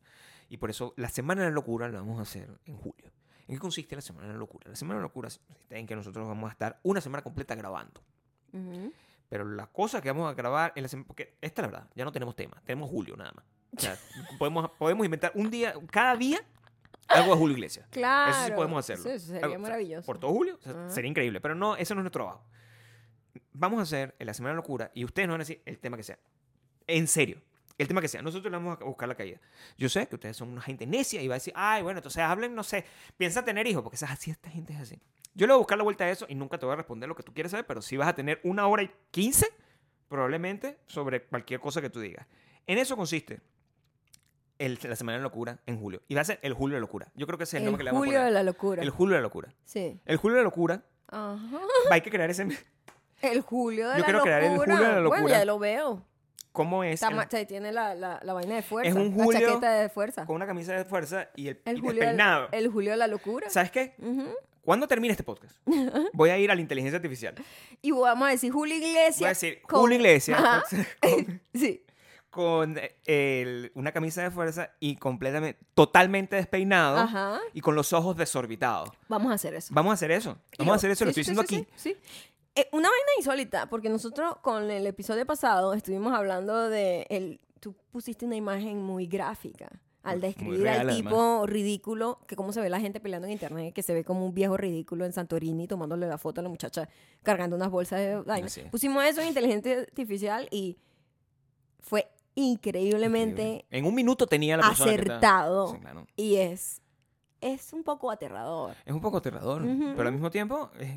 Y por eso la Semana de la Locura la vamos a hacer en julio. ¿En qué consiste la Semana de la Locura? La Semana de la Locura consiste en que nosotros vamos a estar una semana completa grabando. Ujú. Pero las cosas que vamos a grabar en la semana. Porque esta es la verdad, ya no tenemos tema, tenemos Julio nada más. O sea, podemos, podemos inventar un día, cada día, algo de Julio Iglesias. Claro. Eso sí podemos hacerlo. Sí, eso sería Algo- o sea, maravilloso. Ah. Por todo Julio, o sea, Ajá. sería increíble. Pero no, ese no es nuestro trabajo. Vamos a hacer en la Semana de la Locura y ustedes nos van a decir el tema que sea. En serio. El tema que sea. Nosotros le vamos a buscar la caída. Yo sé que ustedes son una gente necia y va a decir, ay, bueno, entonces hablen, no sé, piensa tener hijos, porque es así, esta gente es así. Yo le voy a buscar la vuelta a eso y nunca te voy a responder lo que tú quieres saber, pero si vas a tener una hora y quince, probablemente, sobre cualquier cosa que tú digas. En eso consiste el- la Semana de la Locura en julio. Y va a ser el Julio de la Locura. Yo creo que ese es el, nombre que le vamos a Julio poner. de la locura. El Julio de la Locura. sí. El Julio de la Locura. Ajá. Hay que crear ese. El Julio de Yo la quiero locura. crear el Julio de la Bueno, locura. ya lo veo. ¿Cómo es? Está el- ma- se tiene la, la, la vaina de fuerza. un La Julio chaqueta de fuerza. con una camisa de fuerza y el, El y Julio, de despeinado. la, el Julio de la locura. ¿Sabes qué? Ujú. ¿Cuándo termina este podcast? Voy a ir a la inteligencia artificial. Y vamos a decir Julio Iglesias. Voy a decir con- Julio Iglesias Ajá. con, Sí. con, eh, el- una camisa de fuerza y completamente, totalmente despeinado Ajá. y con los ojos desorbitados. Vamos a hacer eso. Vamos a hacer eso. Vamos a hacer eso. Lo Sí, estoy sí, diciendo sí, aquí. sí, sí. Eh, una vaina insólita, porque nosotros con el episodio pasado estuvimos hablando de el, tú pusiste una imagen muy gráfica al Muy- muy describir real, al además. tipo ridículo, que cómo se ve la gente peleando en internet, que se ve como un viejo ridículo en Santorini tomándole la foto a la muchacha cargando unas bolsas de vaina. Así es. Pusimos eso en inteligencia artificial y fue increíblemente Increíble. En un minuto tenía la persona que estaba- acertado Sí, claro. y es es un poco aterrador. Es un poco aterrador, Ujú. pero al mismo tiempo es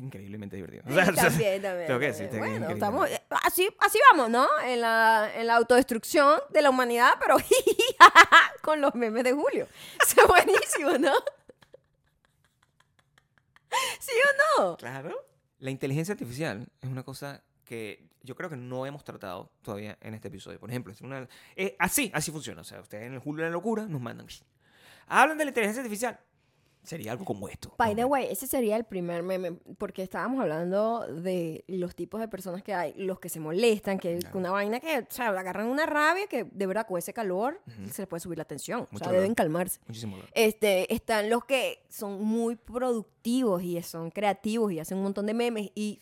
increíblemente divertido. O sea, Sí, también, también. tengo que también. decirte que bueno, increíble. estamos, eh, así, así vamos, ¿no? En la, en la autodestrucción de la humanidad, pero con los memes de Julio. Eso es buenísimo, ¿no? ¿Sí o no? Claro. La inteligencia artificial es una cosa que yo creo que no hemos tratado todavía en este episodio. Por ejemplo, es una- eh, así, así funciona. O sea, ustedes en el Julio de la Locura nos mandan. "Shh, Hablan de la inteligencia artificial. Sería algo como esto. By the way, ese sería el primer meme, porque estábamos hablando de los tipos de personas que hay, los que se molestan, que Claro. una vaina que, o sea, le agarran una rabia que de verdad con ese calor se les puede subir la tensión. o Mucho sea, dolor. deben calmarse. Muchísimo dolor. Este, están los que son muy productivos y son creativos y hacen un montón de memes y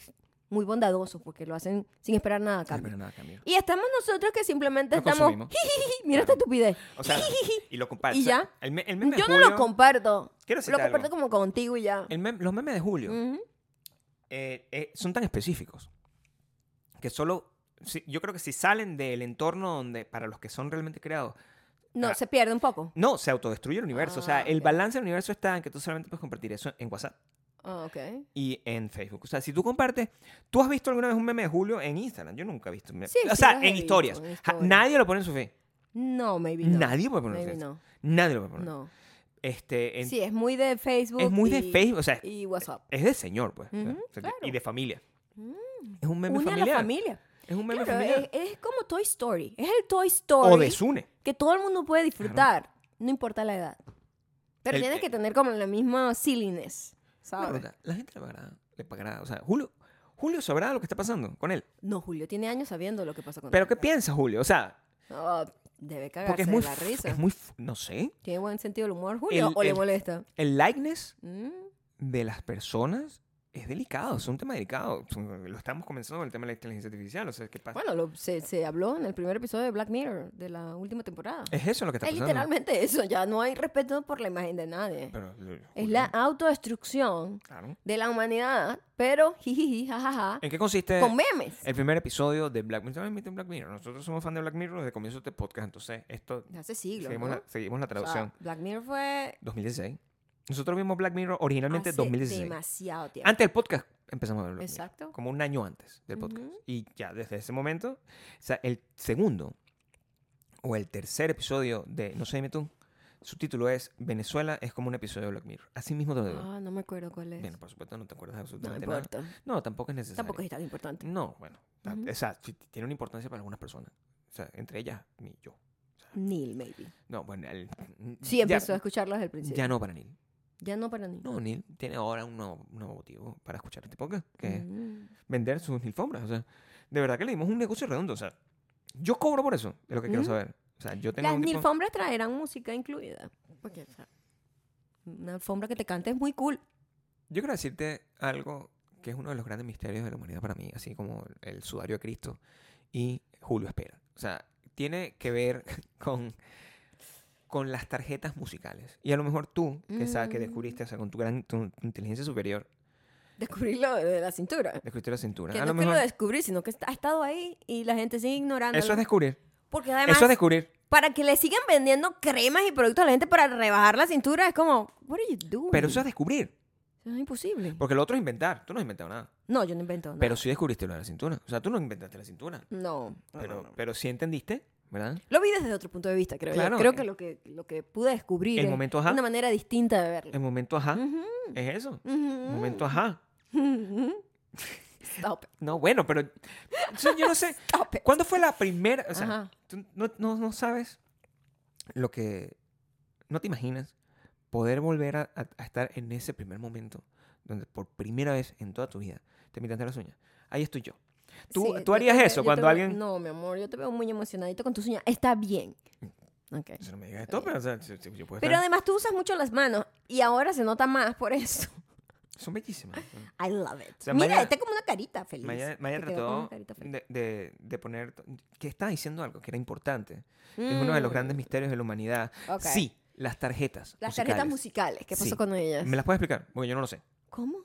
muy bondadosos porque lo hacen sin esperar nada a No cambio. espera nada, cambio. Y estamos nosotros que simplemente Lo estamos, consumimos. "Jijiji, mira esta estupidez. O sea, y lo comparto. ¿Y O sea, ya? El, me- el meme de Yo no lo Julio- comparto. Quiero Lo citar algo. comparto Mm. como contigo y ya. el mem- los memes de Julio. Ujú. eh, eh, son tan específicos que solo si- yo creo que si salen del entorno donde para los que son realmente creados No, Ah. se pierde un poco. no se autodestruye el universo o sea Ah, el ok. balance del universo está en que tú solamente puedes compartir eso en WhatsApp Ah, ok. y en Facebook o sea si tú compartes tú has visto alguna vez un meme de Julio en Instagram yo nunca he visto un meme- Sí, o sí sea los en he visto, historias en Ja- historias. nadie lo pone en su fe No, maybe no. nadie puede poner en Maybe su fe no. nadie lo puede poner No. este en- Sí, es muy de Facebook. es muy de y- Facebook o sea Y WhatsApp. es de señor pues Ujú, o sea, se- claro. Mm. y de familia es un meme Une a familiar la familia. es un meme Claro, familiar es, es como Toy Story. Es el Toy Story. o de Sune que todo el mundo puede disfrutar, no importa la edad. Pero El- tienes que tener como la misma silliness, Una ¿sabes? pregunta, la gente le pagará, le pagará, o sea, Julio, Julio sabrá lo que está pasando con él. No, Julio tiene años sabiendo lo que pasa con Pero él. ¿qué piensa Julio? O sea, Oh, debe cagarse porque es de muy, la f- risa. es muy, f- no sé, Tiene buen sentido el humor, Julio, El- o le el- molesta. el likeness Mm, de las personas es delicado, es un tema delicado. Lo estamos comenzando con el tema de la inteligencia artificial, o sea, ¿qué pasa? Bueno, lo- se, se habló en el primer episodio de Black Mirror, de la última temporada. es eso lo que está Es pasando. literalmente eso, ya no hay respeto por la imagen de nadie. Pero, eh, Es Julio, la autodestrucción claro. de la humanidad, pero jijiji, jajaja, ¿En qué consiste con memes. el primer episodio de Black Mirror? Obviamente en Black Mirror. Nosotros somos fan de Black Mirror desde el comienzo de este podcast, entonces esto Hace siglos, seguimos, ¿no? la, seguimos la O sea, traducción. Black Mirror fue 2016. Nosotros vimos Black Mirror originalmente hace 2016. demasiado tiempo. Antes del podcast empezamos a ver Black Mirror. Exacto. Como un año antes del podcast. Ujú. Y ya desde ese momento, o sea, el segundo o el tercer episodio de No sé, dime tú, Su título es Venezuela es como un episodio de Black Mirror. Así mismo te lo digo. Ah, no me acuerdo cuál es. Bueno, por supuesto, no te acuerdas no absolutamente nada. importa. No, tampoco es necesario. Tampoco es tan importante. No, bueno. ta- Ujú. O sea, sí tiene una importancia para algunas personas. O sea, entre ellas, mi yo. Neil, maybe. No, bueno, el- Sí, Mm, ya- empezó a escucharlo desde el principio. Ya no para Neil. Ya no para Neil. No, Neil tiene ahora un nuevo, un nuevo motivo para escuchar este podcast, que es Mm. vender sus alfombras. O sea, de verdad que le dimos un negocio redondo. O sea, yo cobro por eso, es lo que quiero Ujú. saber. O sea, yo tengo Las un tipo... nilfombras traerán música incluida. Porque, o sea, una alfombra que te cante es muy cool. Yo quiero decirte algo que es uno de los grandes misterios de la humanidad para mí, así como el sudario de Cristo y Julio Espera. O sea, tiene que ver con, con las tarjetas musicales. Y a lo mejor tú, que sabes que Mm. descubriste, o sea, con tu gran tu inteligencia superior, Descubrirlo de la cintura. descubriste la cintura. Que a no lo es que mejor lo descubrí, sino que ha estado ahí y la gente sigue ignorando. eso es descubrir. Porque además, eso es descubrir. para que le sigan vendiendo cremas y productos a la gente para rebajar la cintura, es como, what are you doing? Pero eso es descubrir. Eso es imposible. Porque lo otro es inventar. Tú no has inventado nada. No, yo no invento nada. Pero sí descubriste lo de la cintura. O sea, tú no inventaste la cintura. No. no, Pero, no, no. pero sí entendiste, ¿verdad? Lo vi desde otro punto de vista, creo. yo. Claro, Creo eh, que lo que, lo que pude descubrir el es momento ajá. una manera distinta de verlo. El momento ajá Ujú, es eso. ujú, Momento ajá. ujú. Stop it, No, bueno, pero o sea, yo no sé. stop it. ¿Cuándo fue la primera? O sea, Ajá. tú no, no- no sabes lo que. No te imaginas poder volver a, a- a estar en ese primer momento donde por primera vez en toda tu vida te pintaste las uñas. Ahí estoy yo. ¿Tú, Sí, ¿tú yo- harías yo te- eso yo cuando te veo- alguien.? No, mi amor, yo te veo muy emocionadito con tus uñas. Está bien. Ok. O sea, no me digas esto, pero o sea, si- si yo puedo Pero estar- además tú usas mucho las manos y ahora se nota más por eso. Son bellísimas. I love it. sea, Mira, Maya- está como una carita feliz. Maya, Maya Te quedó como una trató carita feliz. de, de- de poner. que estaba diciendo algo que era importante. Es uno de los Mm, grandes misterios de la humanidad. ok. Sí, las tarjetas. Las tarjetas musicales. musicales. ¿Qué pasó Sí. con ellas? ¿Me las puedes explicar? Porque yo no lo sé. ¿Cómo?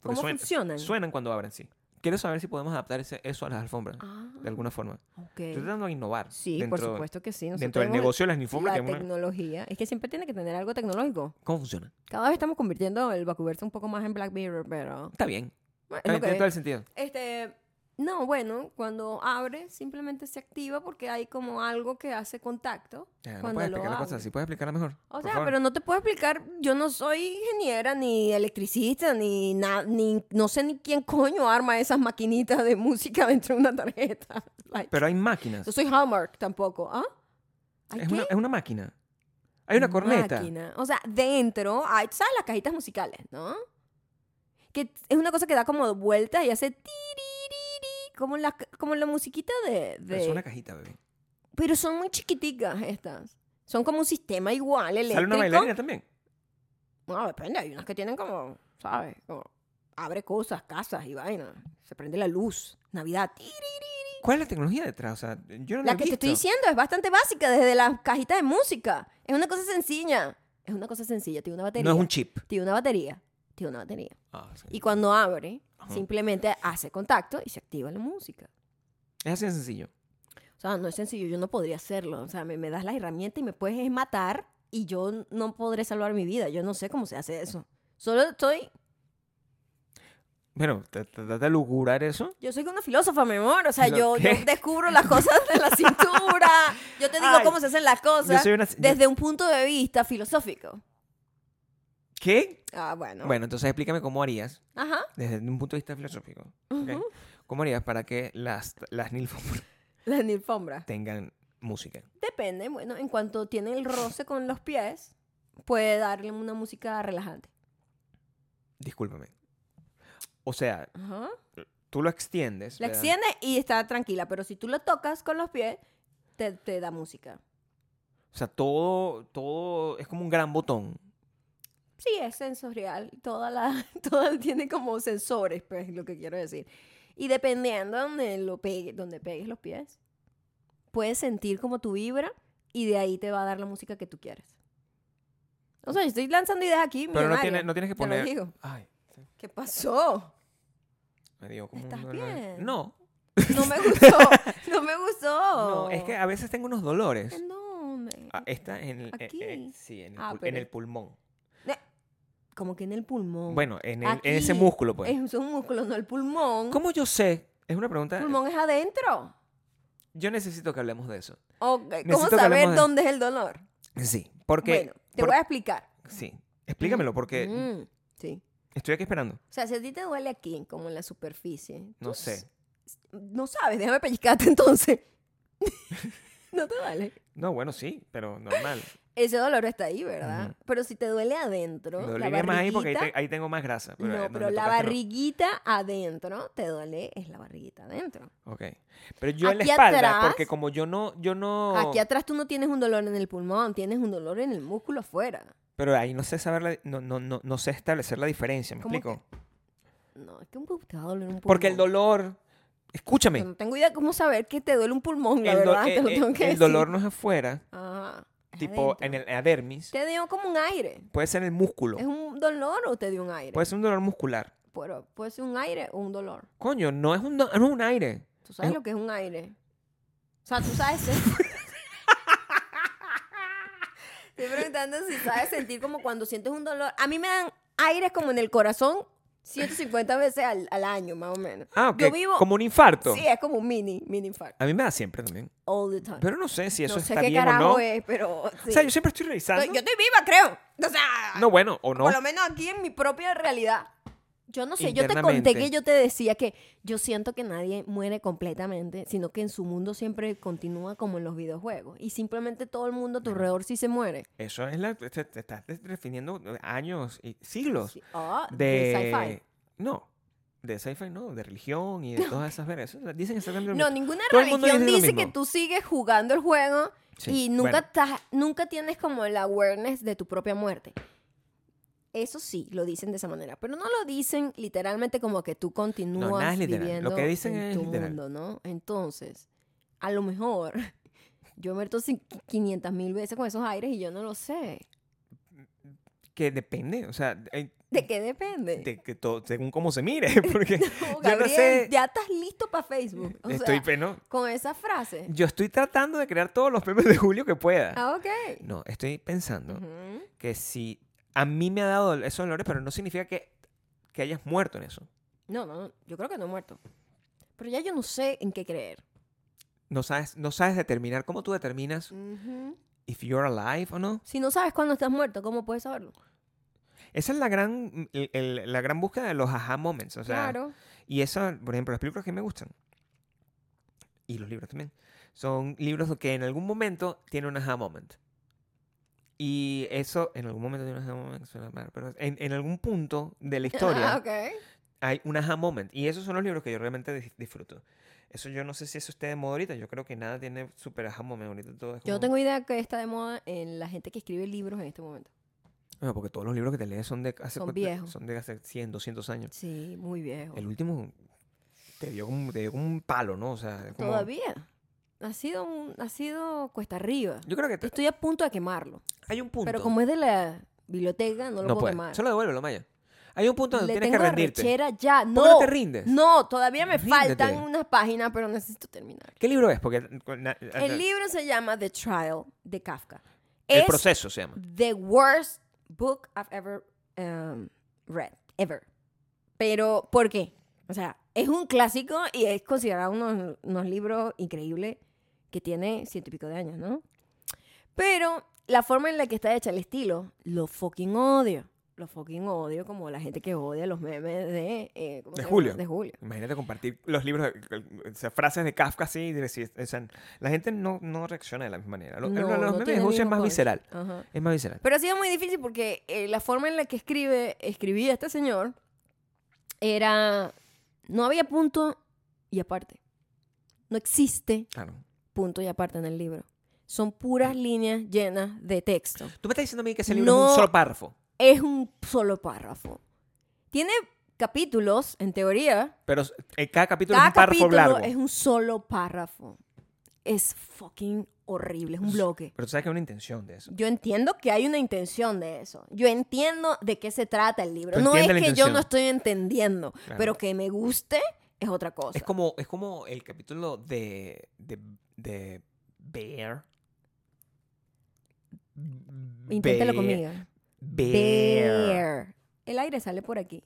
Porque ¿Cómo suen- funcionan? Suenan cuando abren, sí. Quiero saber si podemos adaptar ese- eso a las alfombras, Ah, de alguna forma. Estoy ok. tratando de innovar. Sí, dentro, por supuesto que sí. Dentro del tenemos negocio de las alfombras. La que es una- tecnología. Es que siempre tiene que tener algo tecnológico. ¿Cómo funciona? Cada vez estamos convirtiendo el Vacuverse un poco más en Black Mirror, pero... Está bien. bueno, es Está lo bien, que tiene es. todo el sentido. Este, no, bueno, cuando abre simplemente se activa porque hay como algo que hace contacto Ya, no cuando puedes lo explicar la cosa abre. así. ¿Puedes explicarla mejor? O Por sea, favor. pero no te puedo explicar, yo no soy ingeniera ni electricista ni na- ni no sé ni quién coño arma esas maquinitas de música dentro de una tarjeta. Like, Pero hay máquinas. no soy Hallmark tampoco, ¿ah? ¿Hay Es qué? una, es una máquina. Hay una corneta. Máquina. O sea, dentro hay, ¿sabes? Las cajitas musicales, ¿no? Que es una cosa que da como vueltas y hace tiririri, como la, como la musiquita de... de- Pero es una cajita, bebé. Pero son muy chiquiticas estas. Son como un sistema igual, eléctrico. ¿Sale una bailarina también? Bueno, depende. Hay unas que tienen como, ¿sabes? Como abre cosas, casas y vainas. Se prende la luz. Navidad. ¿Cuál es la tecnología detrás? O sea, yo no lo La he que te estoy visto. diciendo es bastante básica desde las cajitas de música. Es una cosa sencilla. Es una cosa sencilla. Tiene una batería. No es un chip. Tiene una batería. Tiene una batería. Ah, sí. Y cuando abre, Ajá. simplemente hace contacto y se activa la música. Es así de sencillo. O sea, no es sencillo, yo no podría hacerlo. O sea, me, me das las herramientas y me puedes matar y yo no podré salvar mi vida. Yo no sé cómo se hace eso. Solo estoy, Bueno, tra- tra- trata de lugurar eso. yo soy una filósofa, mi amor. O sea, Lo yo, yo que- descubro las cosas de la cintura. Yo te digo Ay, cómo se hacen las yo cosas soy una- yo- desde un punto de vista filosófico. ¿Qué? Ah, bueno. Bueno, entonces explícame cómo harías, Ajá. desde un punto de vista filosófico, ¿ok? Ujú. ¿cómo harías para que las, las nilfombras La nilfombra. tengan música? Depende, bueno, en cuanto tiene el roce con los pies, puede darle una música relajante. Discúlpame. O sea, Ajá. tú lo extiendes. La ¿verdad? extiende y está tranquila, pero si tú lo tocas con los pies, te, te da música. O sea, todo, todo es como un gran botón. Sí, es sensorial. Toda la, toda tiene como sensores, pues, lo que quiero decir. Y dependiendo donde lo pegue, donde pegues los pies, puedes sentir como tu vibra y de ahí te va a dar la música que tú quieres. O sea, yo estoy lanzando ideas aquí. Pero no, millonaria, tiene- no tienes que te lo poner... digo. Ay, ¿Qué pasó? me dio como ¿Estás un dolor. bien? No, No me gustó. No me gustó. no, es Oh. que a veces tengo unos dolores. ¿En dónde? Ah, está en el, eh, eh, Aquí. sí, en el, Ah, pul- en pero- el pulmón. Como que en el pulmón. Bueno, en, el- en ese Aquí. músculo, pues. Es un músculo, no el pulmón. ¿Cómo yo sé? Es una pregunta. El pulmón es adentro. Yo necesito que hablemos de eso. Ok, ¿Cómo Necesito que saber hablemos de- dónde es el dolor? Sí, porque... Bueno, te por- voy a explicar. Sí, explícamelo porque Mm, sí. estoy aquí esperando. O sea, si a ti te duele aquí, como en la superficie. No tú sé. s- No sabes, déjame pellizcarte entonces. no te vale. No, bueno, sí, pero normal. Ese dolor está ahí, ¿verdad? Ujú. Pero si te duele adentro, Me la dolería barriguita... más ahí porque ahí, te- ahí tengo más grasa. Pero eh, no, donde pero la tocaste no. barriguita adentro, te duele, es la barriguita adentro. Ok. Pero yo en la Aquí espalda, atrás- porque como yo no, yo no. Aquí atrás tú no tienes un dolor en el pulmón, tienes un dolor en el músculo afuera. Pero ahí no sé saber la- no, no, no, no sé establecer la diferencia, ¿me ¿Cómo explico? No, es que un pu- te va a doler un pulmón. Porque el dolor. Yo Escúchame. No tengo idea cómo saber que te duele un pulmón, la el, do- verdad, eh, te lo eh, tengo que el decir. dolor no es afuera, Ajá, es tipo adentro. en el adermis. Te dio como un aire. Puede ser el músculo. ¿Es un dolor o te dio un aire? Puede ser un dolor muscular. Pero puede ser un aire o un dolor. Coño, no es un, do- no es un aire. ¿Tú sabes Es- lo que es un aire? O sea, tú sabes... Estoy preguntando si sabes sentir como cuando sientes un dolor. A mí me dan aires como en el corazón 150 veces al, al año, más o menos. Ah, ok. Yo vivo- Como un infarto. Sí, es como un mini, mini infarto. A mí me da siempre también. All the time. Pero no sé si eso no sé está qué bien o carajo no. es, pero... sí. O sea, yo siempre estoy revisando. Estoy- yo estoy viva, creo. O sea... No, bueno, o no. Por lo menos aquí en mi propia realidad. Yo no sé, yo te conté Internamente. que yo te decía que yo siento que nadie muere completamente, sino que en su mundo siempre continúa como en los videojuegos. Y simplemente todo el mundo a tu alrededor sí se muere. Eso es la. Te, te estás definiendo años y siglos Sí. Ah, de. sci-fi. No. De sci-fi no, de religión y de todas esas veras. Eso Dicen exactamente lo No, mismo. ninguna Todo el mundo religión dice lo dice que mismo. tú sigues jugando el juego Sí, y nunca, bueno. estás, nunca tienes como el awareness de tu propia muerte. Eso sí, lo dicen de esa manera, pero no lo dicen literalmente como que tú continúas nada es literal. Lo viviendo que dicen en es tu literal. mundo, ¿no? Entonces, a lo mejor yo muerto 500 mil veces con esos aires y yo no lo sé. Que depende, o sea, eh, ¿De qué depende? de que todo, según cómo se mire. Porque No, yo no Gabriel, sé. ya estás listo para Facebook. O estoy, sea, bueno, con esa frase. yo estoy tratando de crear todos los memes de Julio que pueda. Ah, ok. No, estoy pensando Ujú. que si a mí me ha dado esos dolores, pero no significa que, que hayas muerto en eso. No, no, no, yo creo que no he muerto. Pero ya yo no sé en qué creer. No sabes, no sabes determinar cómo tú determinas if you're alive o no. Si no sabes cuándo estás muerto, ¿cómo puedes saberlo? Esa es la gran, el- el- la gran búsqueda de los aha moments. O sea, claro. Y eso, por ejemplo, las películas que me gustan, y los libros también, son libros que en algún momento tienen un aha moment. Y eso, en algún momento tiene un aha moment, suena mal, pero en, en algún punto de la Ah, historia ok. hay un aha moment. Y esos son los libros que yo realmente dis- disfruto. Eso yo no sé si eso esté de moda ahorita. Yo creo que nada tiene super aha moment. Ahorita todo es Yo no como- tengo idea que está de moda en la gente que escribe libros en este momento. Bueno, porque todos los libros que te lees son de hace, Son cuánto- viejos. son de hace 100, 200 años. Sí, muy viejo. El último te dio como, te dio como un palo, ¿no? O sea, como- Todavía. Ha sido, un- ha sido cuesta arriba. Yo creo que te- Estoy a punto de quemarlo. hay un punto. Pero como es de la biblioteca, no lo No puedo puede. quemar. Solo devuélvelo, Maya. Hay un punto donde Le tienes tengo que rendirte. arrechera ya. ¿Por qué no No, te rindes? no, todavía me Ríndete. faltan unas páginas, pero necesito terminar. ¿Qué libro es? Porque eh, na- na- El libro se llama The Trial de Kafka. El es proceso se llama. the worst book I've ever um, read, ever. Pero, ¿por qué? O sea, es un clásico y es considerado unos, unos libros increíbles que tiene ciento y pico de años, ¿no? Pero la forma en la que está hecha el estilo, lo fucking odio. Lo fucking odio como la gente que odia los memes de... eh, ¿cómo se De llama? Julio. De Julio. Imagínate compartir los libros, de- o sea, frases de Kafka así. y decir- o sea, la gente no, no reacciona de la misma manera. Lo- lo- los memes de tiene el Rusia es mismo más punch. visceral. Ajá. Es más visceral. Pero ha sido muy difícil porque eh, la forma en la que escribe, escribía este señor era. No había punto y aparte. No existe Claro. punto y aparte en el libro. Son puras líneas llenas de texto. Tú me estás diciendo a mí que ese libro es No. un solo párrafo. Es un solo párrafo. Tiene capítulos, en teoría. Pero eh, cada capítulo Cada es un párrafo capítulo largo. es un solo párrafo. Es fucking horrible, es un bloque. Pero tú sabes que hay una intención de eso. Yo entiendo que hay una intención de eso. Yo entiendo de qué se trata el libro. Tú No es que entiendes la yo intención. no estoy entendiendo, Claro. pero que me guste es otra cosa. Es como, es como el capítulo de, de, de Bear. Inténtalo Bear- conmigo. Bear. Bear. El aire sale por aquí.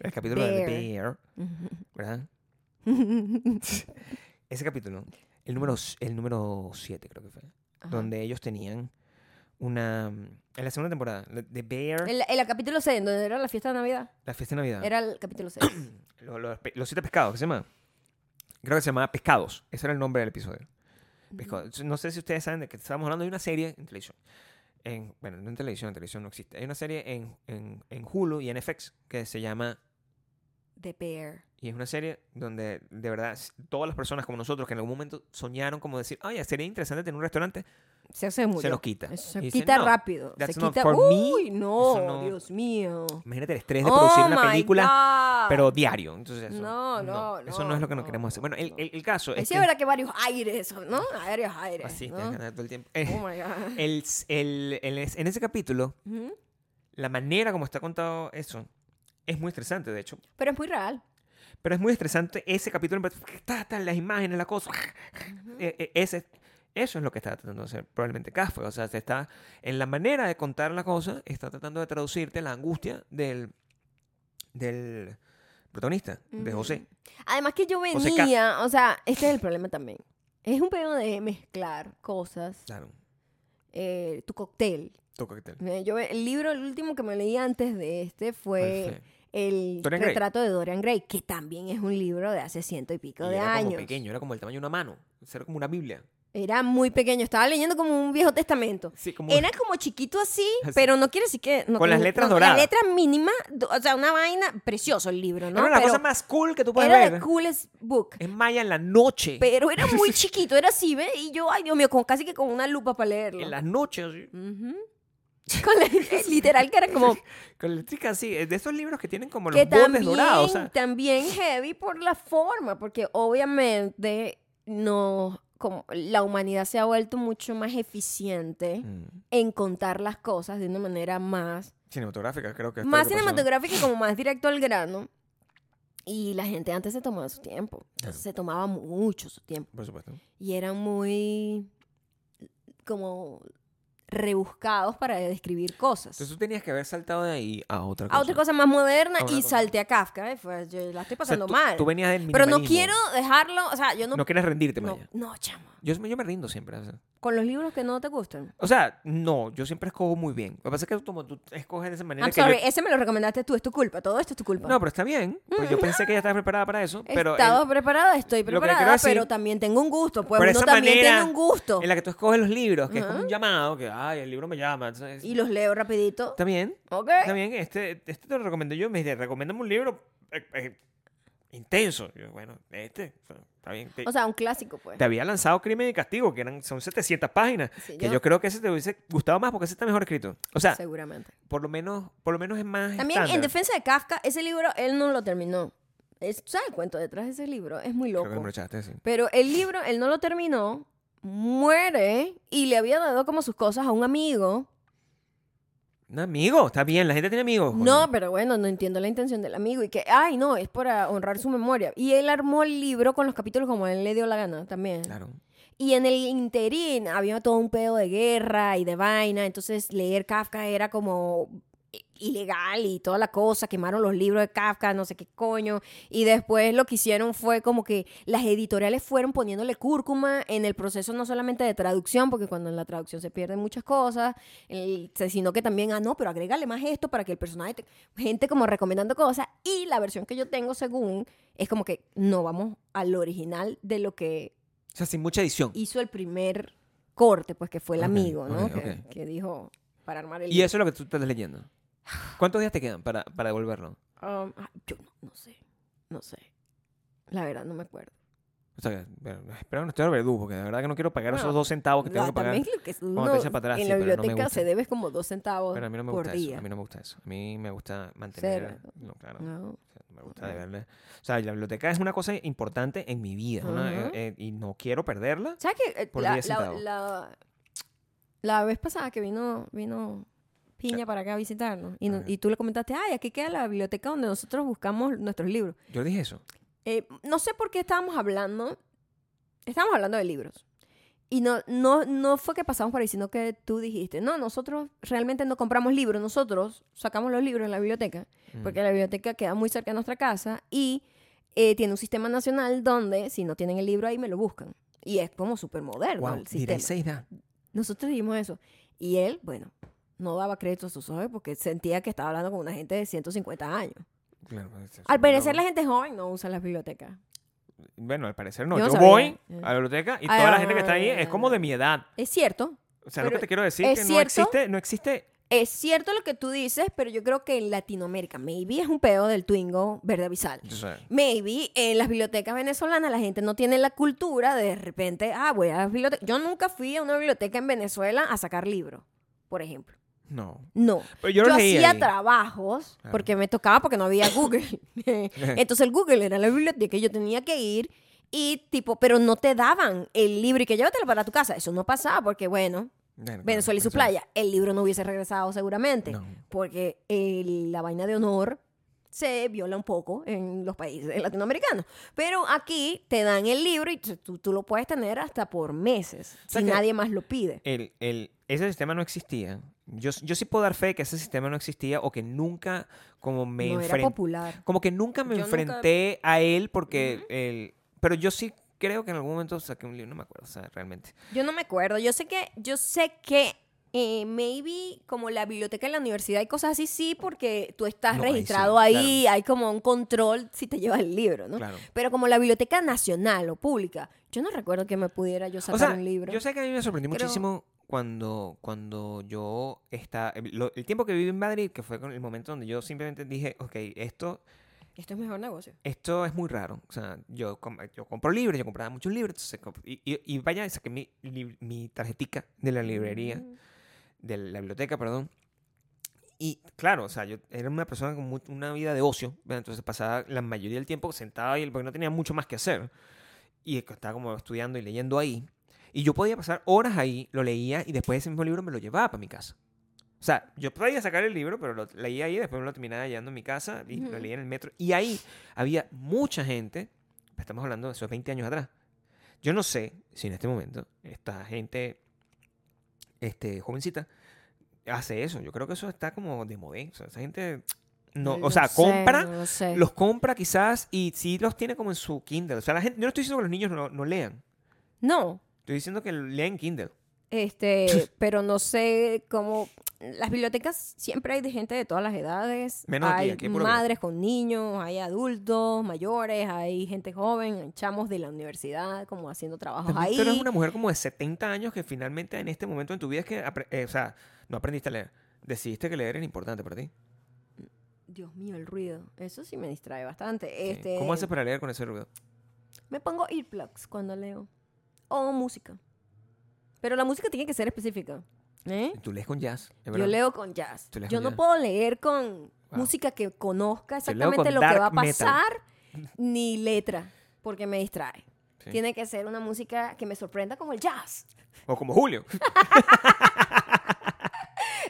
El capítulo de Bear. Bear. ¿verdad? Ese capítulo, el número 7 el número siete creo que fue, Ajá. donde ellos tenían una... En la segunda temporada, la- de Bear, El, el capítulo 6, donde era la fiesta de Navidad, la fiesta de Navidad. era el capítulo 6. Lo- lo- pe- los siete pescados, ¿qué se llama? Creo que se llamaba Pescados. Ese era el nombre del episodio. Pescados. No sé si ustedes saben de que estábamos hablando de una serie en televisión. En, bueno, no en televisión, en televisión no existe. Hay una serie en, en, en Hulu y en FX que se llama... The Bear. Y es una serie donde de verdad s- todas las personas como nosotros que en algún momento soñaron como decir, oye, sería interesante tener un restaurante, Se hace mucho. se nos quita. Eso se Y dicen, quita "No, rápido. Se that's not quita. for me, Uy, no, eso no- Dios mío. Imagínate el estrés de producir una Oh my película, God. pero diario. Entonces, eso, No, no, Eso no es lo que no, nos queremos hacer. Bueno, el, no. el- el caso Ahí es Pues sí que... habrá que varios aires, ¿no? Varios aires. Así, ¿no? tienes que andar todo el tiempo. Eh, Oh my God. el, el- el- en ese capítulo, Ujú. la manera como está contado eso es muy estresante, de hecho. Pero es muy real. Pero es muy estresante ese capítulo. ta, ta, las imágenes, la cosa. Eh, eh, ese, eso es lo que está tratando de hacer probablemente Café. O sea, se está, en la manera de contar la cosa, está tratando de traducirte la angustia del, del protagonista, de Ujú. José. Además que yo O se ca- venía, o sea, este es el problema también. Es un pedo de mezclar cosas, Claro. eh, tu cóctel. Toca que te- Eh, Yo, el libro, el último que me leí antes de este fue Perfecto. el Dorian Gray. retrato de Dorian Gray, que también es un libro de hace ciento y pico Y de era años. como pequeño, era como el tamaño de una mano. O sea, Era como una Biblia. Era muy pequeño, estaba leyendo como un viejo testamento. Sí, como Era como chiquito así, Así. pero no quiere decir que... no- Con las no- letras no, doradas. Las letras mínimas, do- o sea, una vaina, precioso el libro, ¿no? era la Pero cosa más cool que tú puedes era ver. the coolest book. Es Maya en la noche. Pero era muy chiquito, era así, ¿ves? Y yo, ay Dios mío, con, casi que con una lupa para leerlo. en las noches. así, Ujú. Con la- literal que era como... Con la chica así. eh, De esos libros que tienen como los que bordes también, dorados. o sea, también heavy por la forma, porque obviamente no, como, la humanidad se ha vuelto mucho más eficiente mm, en contar las cosas de una manera más, Cinematográfica, creo que. es más todo lo que pasó. cinematográfica y como más directo al grano. Y la gente antes se tomaba su tiempo, Claro. se tomaba mucho su tiempo Por supuesto. y eran muy como rebuscados para describir cosas. Entonces tú tenías que haber saltado de ahí a otra cosa. a otra cosa más moderna A una y cosa. salté a Kafka, ¿eh? Fue- yo la estoy O sea, pasando tú- mal. Tú venías del Pero no minimalismo. quiero dejarlo, o sea, yo no... No, quieres rendirte, no, Maya. no, chamo. Yo, yo me rindo siempre. O sea. Con los libros que no te gustan. O sea, no, yo siempre escojo muy bien. Lo que pasa es que como tú escoges de esa manera I'm que yo- sorry, ese me lo recomendaste tú, es tu culpa, todo esto es tu culpa. No, pero está bien. Pues yo pensé que ya estabas preparada para eso. He Pero estado el- preparada, estoy quiero preparada, decir- pero también tengo un gusto, pues Pero uno esa también manera tiene un gusto. en la que tú escoges los libros, que es como Ajá. un llamado, que, ay, el libro me llama. entonces- Y los leo rapidito. Está bien. Ok. Está bien, este, este te lo recomendé yo. Me dice, recomiéndame un libro eh, eh, intenso. Yo, bueno, este, o sea, está bien. Te, O sea, un clásico, pues. te había lanzado Crimen y Castigo, que eran, son 700 páginas. Sí, que yo- yo... creo que ese te hubiese gustado más porque ese está mejor escrito. O sea, Seguramente. por lo menos, por lo menos es más También, en estándar. defensa de Kafka, ese libro él no lo terminó. Es, ¿Sabes el cuento detrás de ese libro? Es muy Creo que me loco. brochaste, sí. Pero el libro, él no lo terminó, muere y le había dado como sus cosas a un amigo. Un amigo, está bien, la gente tiene amigos. coño. No, pero bueno, no entiendo la intención del amigo y que, ay, no, es para honrar su memoria. Y él armó el libro con los capítulos como a él le dio la gana también. Claro. Y en el interín había todo un pedo de guerra y de vaina, entonces leer Kafka era como i- ilegal y toda la cosa, quemaron los libros de Kafka, no sé qué coño, y después lo que hicieron fue como que las editoriales fueron poniéndole cúrcuma en el proceso no solamente de traducción, porque cuando en la traducción se pierden muchas cosas, el- se- sino que también, ah, no, pero agrégale más esto para que el personaje, te- gente como recomendando cosas, y la versión que yo tengo según es como que no vamos al original de lo que O sea, sin mucha edición. hizo el primer corte, pues que fue el Ok, amigo, ¿no? ok, que, ok. que dijo para armar el. Y eso es lo que tú estás leyendo. ¿Cuántos días te quedan para, para devolverlo? Um, ah, yo no, no sé, no sé. La verdad, no me acuerdo. O sea, bueno, espero que no estoy al verdugo, porque de verdad que no quiero pagar Bueno, esos dos centavos que tengo Ah, que pagar. también lo que uno te echan para atrás, en sí, la pero no me biblioteca gusta. se debe es como dos centavos Pero a mí no me por gusta eso. día. A mí no me gusta eso. A mí me gusta mantener. Cero. No, claro. No. o sea, no me gusta de verle. O sea, la biblioteca es una cosa importante en mi vida. ¿no? Ajá. Eh, eh, y no quiero perderla. ¿Sabes qué? Eh, Por la, diez la- centavos. la- la vez pasada que vino, vino Piña para acá a visitarnos y, no- Ajá. y tú le comentaste, ay, aquí queda la biblioteca donde nosotros buscamos nuestros libros. Yo le dije eso. Eh, no sé por qué estábamos hablando. Estábamos hablando de libros. Y no, no, no fue que pasamos por ahí, sino que tú dijiste, no, nosotros realmente no compramos libros, nosotros sacamos los libros en la biblioteca, Mm. porque la biblioteca queda muy cerca de nuestra casa y eh, tiene un sistema nacional donde si no tienen el libro ahí me lo buscan. Y es como súper moderno Guau, el sistema. 16 da. Nosotros dijimos eso. Y él, bueno, no daba crédito a sus ojos porque sentía que estaba hablando con una gente de 150 años. Claro, es- es- Al parecer pero- la gente joven no usa las bibliotecas. Bueno, al parecer no. Yo Yo, no sabía. voy Eh. a la biblioteca y Ay, toda la ay, gente que está ahí ay, es ay, como ay. de mi edad. Es cierto, O sea, lo Pero que te quiero decir ¿es que no cierto? existe, no existe es cierto lo que tú dices, pero yo creo que en Latinoamérica, maybe es un pedo del Twingo verde abisal. O sea, Maybe en las bibliotecas venezolanas la gente no tiene la cultura de de repente, ah, voy a la biblioteca. Yo nunca fui a una biblioteca en Venezuela a sacar libros, por ejemplo. no. No. Pero yo lo leí hacía ahí. trabajos Claro. porque me tocaba porque no había Google. Entonces el Google era la biblioteca y yo tenía que ir y tipo, pero no te daban el libro y que llévatelo para tu casa. Eso no pasaba porque, bueno, Bueno, Venezuela y claro, su playa, el libro no hubiese regresado seguramente No. porque el- la vaina de honor se viola un poco en los países latinoamericanos. Pero aquí te dan el libro y tú, tú- tú lo puedes tener hasta por meses, sea si que- nadie más lo pide. el, el- ese sistema no existía. Yo, yo sí puedo dar fe que ese sistema no existía o que nunca como me no era enfren- popular. como que nunca me Yo nunca- enfrenté a él porque el pero yo sí creo que en algún momento saqué un libro, no me acuerdo, o sea, realmente. Yo no me acuerdo. Yo sé que, yo sé que eh, maybe como la biblioteca en la universidad y cosas así, sí, porque tú estás No, ahí sí, registrado ahí, hay como un control si te llevas el libro, ¿no? Claro. Pero como la biblioteca nacional o pública, yo no recuerdo que me pudiera yo sacar o sea, un libro. yo sé que a mí me sorprendió Creo- muchísimo cuando cuando yo está lo- el tiempo que viví en Madrid, que fue con el momento donde yo simplemente dije, ok, esto Esto es mejor negocio. esto es muy raro. O sea, yo, com- yo compro libros, yo compraba muchos libros. entonces comp- y, y, y vaya, y saqué mi, lib- mi tarjetica de la librería, Mm. de la biblioteca, perdón. Y claro, o sea, yo era una persona con mu- una vida de ocio. ¿verdad? Entonces pasaba la mayoría del tiempo sentado ahí porque no tenía mucho más que hacer. Y que estaba como estudiando y leyendo ahí. Y yo podía pasar horas ahí, lo leía y después ese mismo libro me lo llevaba para mi casa. O sea, yo podía sacar el libro, pero lo leía ahí, después me lo terminaba llevando a mi casa y lo Ujú. leía en el metro. Y ahí había mucha gente, estamos hablando de esos 20 años atrás. Yo no sé si en este momento esta gente, este, jovencita, hace eso. Yo creo que eso está como de moda. O sea, esa gente, no, o lo sea, sé, compra no lo sé. los compra quizás y sí los tiene como en su Kindle. O sea, la gente, yo no estoy diciendo que los niños no, no lean. No, Estoy diciendo que lean Kindle. este, pero no sé cómo. Las bibliotecas siempre hay de gente de todas las edades. Menos aquí, hay aquí hay puro madres con niños, hay adultos, mayores, hay gente joven, hay chamos de la universidad como haciendo trabajos También ahí. tú eres una mujer como de 70 años que finalmente en este momento en tu vida es que, apre- eh, o sea, no aprendiste a leer. Decidiste que leer era importante para ti. Dios mío, el ruido. Eso sí me distrae bastante. Sí. Este, ¿Cómo haces para leer con ese ruido? Me pongo earplugs cuando leo. O música. Pero la música tiene que ser específica. ¿eh? Tú lees con jazz, es Yo verdad. leo con jazz. Tú lees Yo con no jazz. puedo leer con Wow. música que conozca Yo leo con exactamente lo que dark va a metal. pasar, ni letra, porque me distrae. Sí. Tiene que ser una música que me sorprenda como el jazz. O como Julio.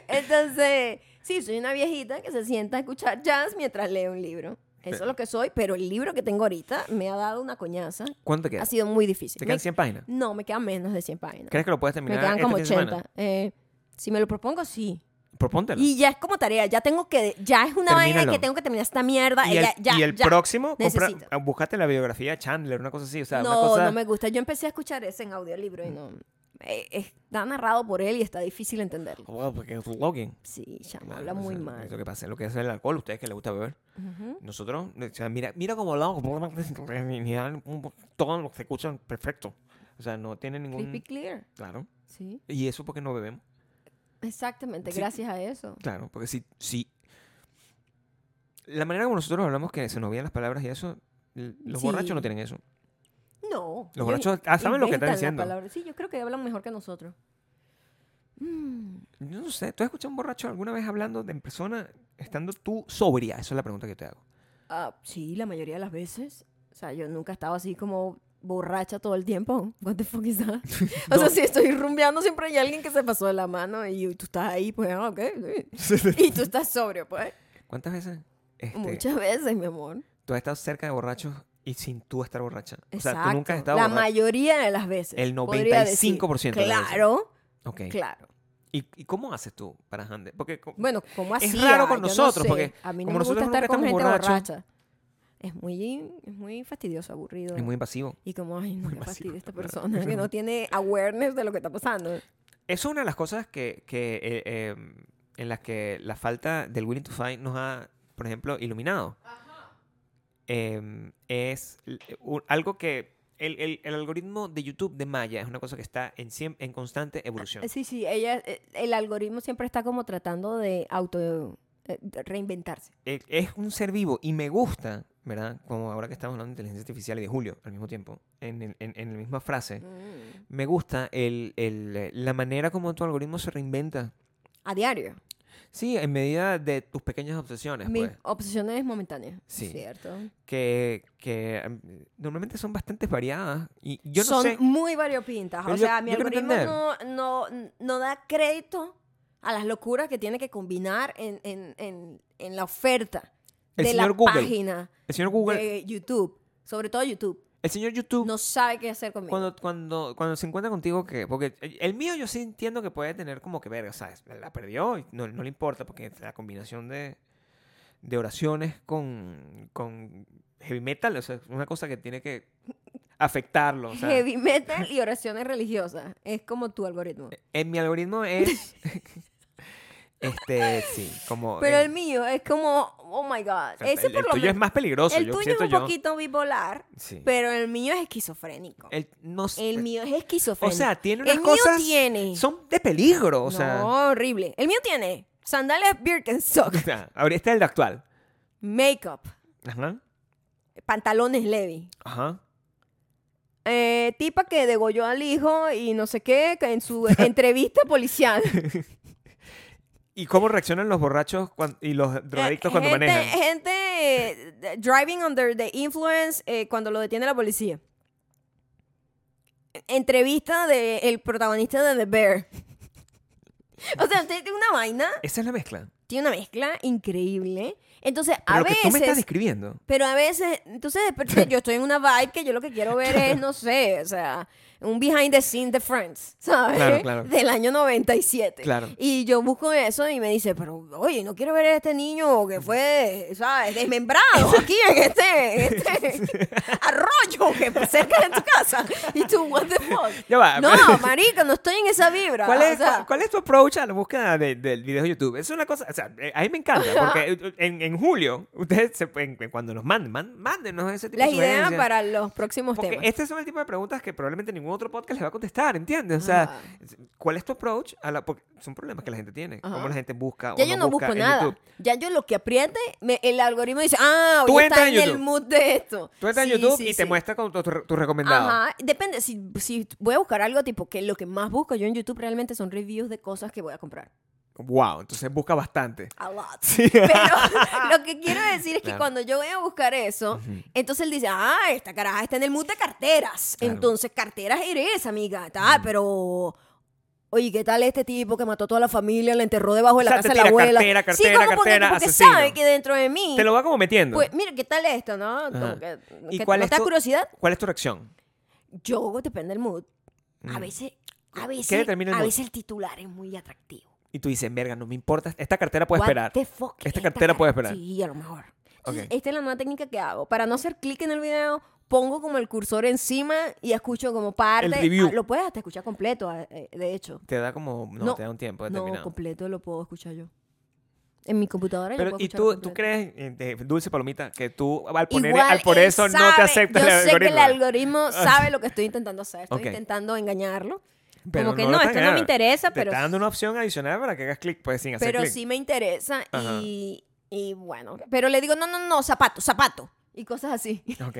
Entonces, sí, soy una viejita que se sienta a escuchar jazz mientras leo un libro. Eso Pero- es lo que soy, pero el libro que tengo ahorita me ha dado una coñaza. ¿Cuánto te Ha queda? sido muy difícil. ¿Te Me- quedan 100 páginas? No, me quedan menos de 100 páginas. ¿Crees que lo puedes Me terminar quedan este como fin de semana? 80. Eh, si me lo propongo, sí. Propóntelo. Y ya es como tarea, ya tengo que, ya es una vaina Termínalo. que tengo que terminar esta mierda. Y el, ya, ya, y el ya. próximo, compra, Necesito. ah, búscate la biografía de Chandler, una cosa así. O sea, una no, cosa... no me gusta. Yo empecé a escuchar ese en audiolibro y no. eh, Está narrado por él y está difícil entenderlo. Wow, Oh, porque es vlogging. Sí, chamo, Claro, habla Ah, eso- muy Es lo mal. que pasa, es lo que hace el alcohol, ustedes que les gusta beber. Ujú. Nosotros, o sea, mira, mira cómo hablamos, todos los que escuchan perfecto. O sea, no tiene Creepy ningún... Clear. Claro. Sí, Y eso porque no bebemos. exactamente, Sí. gracias a eso. Claro, porque si... si la manera como nosotros hablamos que se nos olvidan las palabras y eso, l- los Sí. borrachos no tienen eso. No. Los ellos borrachos ah, saben lo inventan que están la diciendo. palabra. Sí, yo creo que hablan mejor que nosotros. Mm, Yo no sé, ¿tú has escuchado a un borracho alguna vez hablando de en persona, estando tú sobria? Esa es la pregunta que te hago. ah, sí, la mayoría de las veces. O sea, yo nunca he estado así como borracha todo el tiempo. What the fuck is that? O sea, si estoy rumbeando, siempre hay alguien que se pasó de la mano y tú estás ahí, pues, ah, ok. sí. y tú estás sobrio, pues. ¿Cuántas veces este, Muchas veces, mi amor. tú has estado cerca de borrachos y sin tú estar borracha? O sea, Exacto. tú nunca has estado La borracha. mayoría de las veces. El podría decir. 95% de las veces. Claro, Ok. claro. ¿Y, y cómo haces tú para handle? Porque co- Bueno, como así. Es raro con nosotros, porque A mí no como me gusta nosotros estar nunca con gente estamos borrachos. borracha. Es muy, es muy fastidioso, aburrido. es muy invasivo. Y como, ay, no Muy me masivo, fastidia esta claro. persona que no tiene awareness de lo que está pasando. Eso es una de las cosas que, que, eh, eh, en las que la falta del willing to find nos ha, por ejemplo, iluminado. Eh, es l- u- algo que el, el- el algoritmo de YouTube de Maya es una cosa que está en, siem- en constante evolución. Sí, sí, ella, eh, el algoritmo siempre está como tratando de auto eh, de reinventarse. Eh, es un ser vivo y me gusta, ¿verdad? Como ahora que estamos hablando de inteligencia artificial y de Julio al mismo tiempo, en, el- en- en la misma frase, mm, me gusta el- el, eh, la manera como tu algoritmo se reinventa. A diario. Sí, en medida de tus pequeñas obsesiones, Mis pues. obsesiones momentáneas. Sí. Cierto. Que, que em, normalmente son bastante variadas. Y yo no Son sé. muy variopintas. Pero o yo- sea, mi yo quiero algoritmo no, entender. no, no da crédito a las locuras que tiene que combinar en, en, en, en la oferta El de la señor Google. página El señor Google, de YouTube. Sobre todo YouTube. el señor YouTube, No sabe qué hacer conmigo. cuando, cuando, cuando se encuentra contigo, que. Porque el el mío yo sí entiendo que puede tener como que verga, ¿sabes? La perdió y no, no le importa porque la combinación de, de oraciones con, con heavy metal, o sea, es una cosa que tiene que afectarlo. o sea, Heavy metal y oraciones religiosas. Es como tu algoritmo. En mi algoritmo es. este, sí, como. Pero eh, el mío es como, oh my god. O sea, Ese el, por el lo tuyo es menos. más peligroso, El yo tuyo es siento un yo. poquito bipolar, Sí. pero el mío es esquizofrénico. El, El, no sé, mío es esquizofrénico. O sea, tiene unas el mío cosas tiene. son de peligro, o sea. o no, horrible. El mío tiene sandalias Birkenstock, sea, ahora está el de actual. make-up, Ajá. pantalones Levi. Ajá. Eh, tipa que degolló al hijo y no sé qué que en su entrevista policial. ¿Y cómo reaccionan los borrachos cuan- y los drogadictos cuando Eh, gente, manejan? Gente eh, driving under the influence eh, cuando lo detiene la policía. Entrevista del protagonista de The Bear. O sea, usted tiene una vaina, Esa es la mezcla. tiene una mezcla increíble. Entonces, Pero a lo que tú me estás veces, describiendo. pero a veces, entonces de repente yo estoy en una vibe que yo lo que quiero ver es, no sé, o sea, un behind the scene de Friends, ¿sabes? Claro, claro. Del año 97. Claro. Y yo busco eso y me dice, pero oye, no quiero ver a este niño que fue, ¿sabes? Desmembrado aquí en este, en este arroyo que cerca de tu casa. Y tú, what the fuck. Ya va. pues. No, marica, no estoy en esa vibra. ¿Cuál O es, sea, cuál, cuál es tu approach a la búsqueda de- del video de YouTube? Es una cosa, o sea, eh, a mí me encanta, porque eh, en, en julio, ustedes, se, pueden- cuando nos manden, man- mándenos ese tipo las de ideas sugerencias. para los próximos Porque temas. este es el tipo de preguntas que probablemente ningún otro podcast les va a contestar, ¿entiendes? O sea, Ajá. ¿cuál es tu approach? A la, porque son problemas que la gente tiene. Ajá. Cómo la gente busca Ya o yo no no Ah, busca busco en nada. YouTube. Ya yo lo que apriete, me- el algoritmo dice, ah, Tú hoy entras está en en el YouTube. mood de esto. Tú entras Sí, en YouTube sí, y sí. te muestra con tu, tu- tu recomendado. Ajá, depende. Si, si voy a buscar algo tipo que lo que más busco yo en YouTube realmente son reviews de cosas que voy a comprar. Wow, entonces busca bastante. A lot. Sí. Pero lo que quiero decir es que Claro. cuando yo voy a buscar eso, entonces él dice, ah, esta caraja está en el mood de carteras. Claro. Entonces, carteras eres, amiga. Ah, pero... Oye, ¿qué tal este tipo que mató a toda la familia, la enterró debajo de O la sea, casa te de la tira abuela? cartera, sí, cartera, como porque- cartera, porque, asesino. sabe que dentro de mí... Te lo va como metiendo. Pues mira, ¿qué tal esto, no? Como Ajá. que- ¿Y que cuál no es te da tu- curiosidad? ¿Cuál es tu reacción? Yo, depende del mood. A Mm. veces, a ¿Qué veces, determina el a mood? veces el titular es muy atractivo. Y tú dices, verga, no me importa. Esta cartera puede What esperar. the fuck Esta es cartera puede cara? esperar. Sí, a lo mejor. Entonces, Ok. esta es la nueva técnica que hago. Para no hacer clic en el video, pongo como el cursor encima y escucho como parte. El review. Ah, lo puedes hasta escuchar completo, eh, de hecho. Te da como, no, No, te da un tiempo No, determinado. completo lo puedo escuchar yo. En mi computadora yo pero, puedo ¿y escuchar tú, completo. tú crees, eh, de- Dulce Palomita, que tú al poner Igual al por él eso no te sabe, acepta Yo el sé que el algoritmo? algoritmo sabe lo que estoy intentando hacer. Estoy Ok. intentando engañarlo. Pero como que lo no, está esto no me engañando. interesa, Te pero está dando una opción adicional para que hagas clic, pues sin hacer pero clic. sí me interesa Ajá. y, y bueno, pero le digo, no, no, no, zapato, zapato y cosas así. Ok.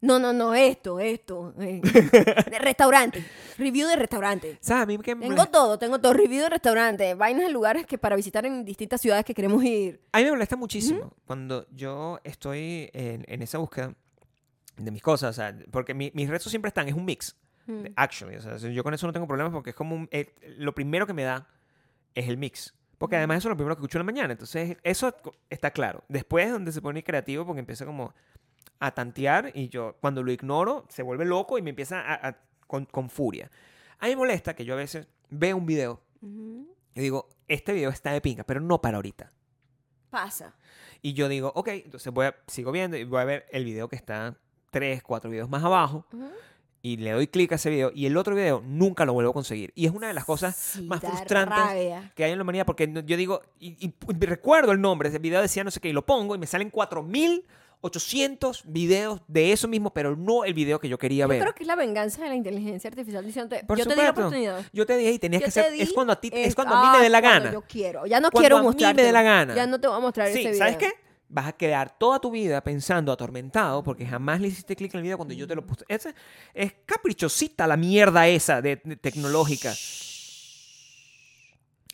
No, no, no, esto, esto. eh. De restaurante, review de restaurante. ¿Sabes? A mí que me- Tengo todo, tengo todo, review de restaurante, vainas de lugares que para visitar en distintas ciudades que queremos ir. A mí me molesta muchísimo cuando yo estoy en, en esa búsqueda de mis cosas, o sea, porque mi- mis retos siempre están, es un mix, Mm. de- actually. O sea, yo con eso no tengo problemas porque es como un- eh, lo primero que me da es el mix. Porque además eso es lo primero que escucho en la mañana, entonces eso co- está claro. Después es donde se pone creativo porque empieza como a tantear y yo cuando lo ignoro se vuelve loco y me empieza a- a- con, con furia. A mí me molesta que yo a veces veo un video Ujú. y digo, este video está de pinga, pero no para ahorita. Pasa. Y yo digo, ok, entonces voy a, sigo viendo y voy a ver el video que está tres, cuatro videos más abajo. Ujú. Y, y le doy clic a ese video y el otro video nunca lo vuelvo a conseguir. Y es una de las cosas Sí, más da frustrantes rabia. que hay en la humanidad porque no- yo digo, y, y- y recuerdo el nombre, ese video decía no sé qué, y lo pongo y me salen 4.800 videos de eso mismo, pero no el video que yo quería ver. Yo creo que es la venvenganza de la inteligencia artificial diciéndote, Por yo te di la supuesto. oportunidad. Yo te dije y tenías Yo que te ser. di es cuando a ti, es, esto. cuando a mí me dé la Ah, cuando gana. Yo quiero. Ya no Cuando quiero a mí me mostrarte. dé la gana. Ya no te voy a mostrar Sí, ese video. ¿sabes qué? Vas a quedar toda tu vida pensando atormentado porque jamás le hiciste clic en el video cuando yo Mm. te lo puse. Esa es caprichosita la mierda esa de, de tecnológica.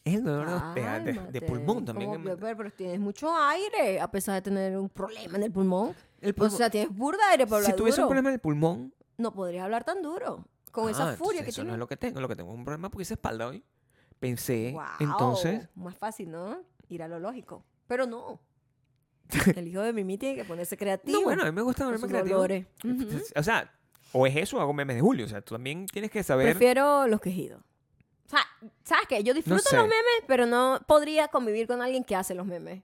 Es el dolor de hostia- de, de, Cálmate. pulmón también. Como, que- pero, pero tienes mucho aire, a pesar de tener un problema en el pulmón. El pulmón- O sea, tienes burda de aire para hablar si tuviese duro. un problema en el pulmón, No podrías hablar tan duro. Con ah, esa entonces furia que eso no tienes. es lo que tengo. Lo que tengo es un problema porque hice espalda hoy. Pensé, Guau, entonces, Más fácil, ¿no? Ir a lo lógico. Pero no. El hijo de Mimi tiene que ponerse creativo. no, bueno, a mí me gusta con verme sus creativo. dolores. Ujú. O sea, o es eso o hago memes de Julio. O sea, tú también tienes que saber. Prefiero los quejidos. O sea, ¿sabes qué? Yo disfruto sé. los memes, pero no podría convivir con alguien que hace los memes.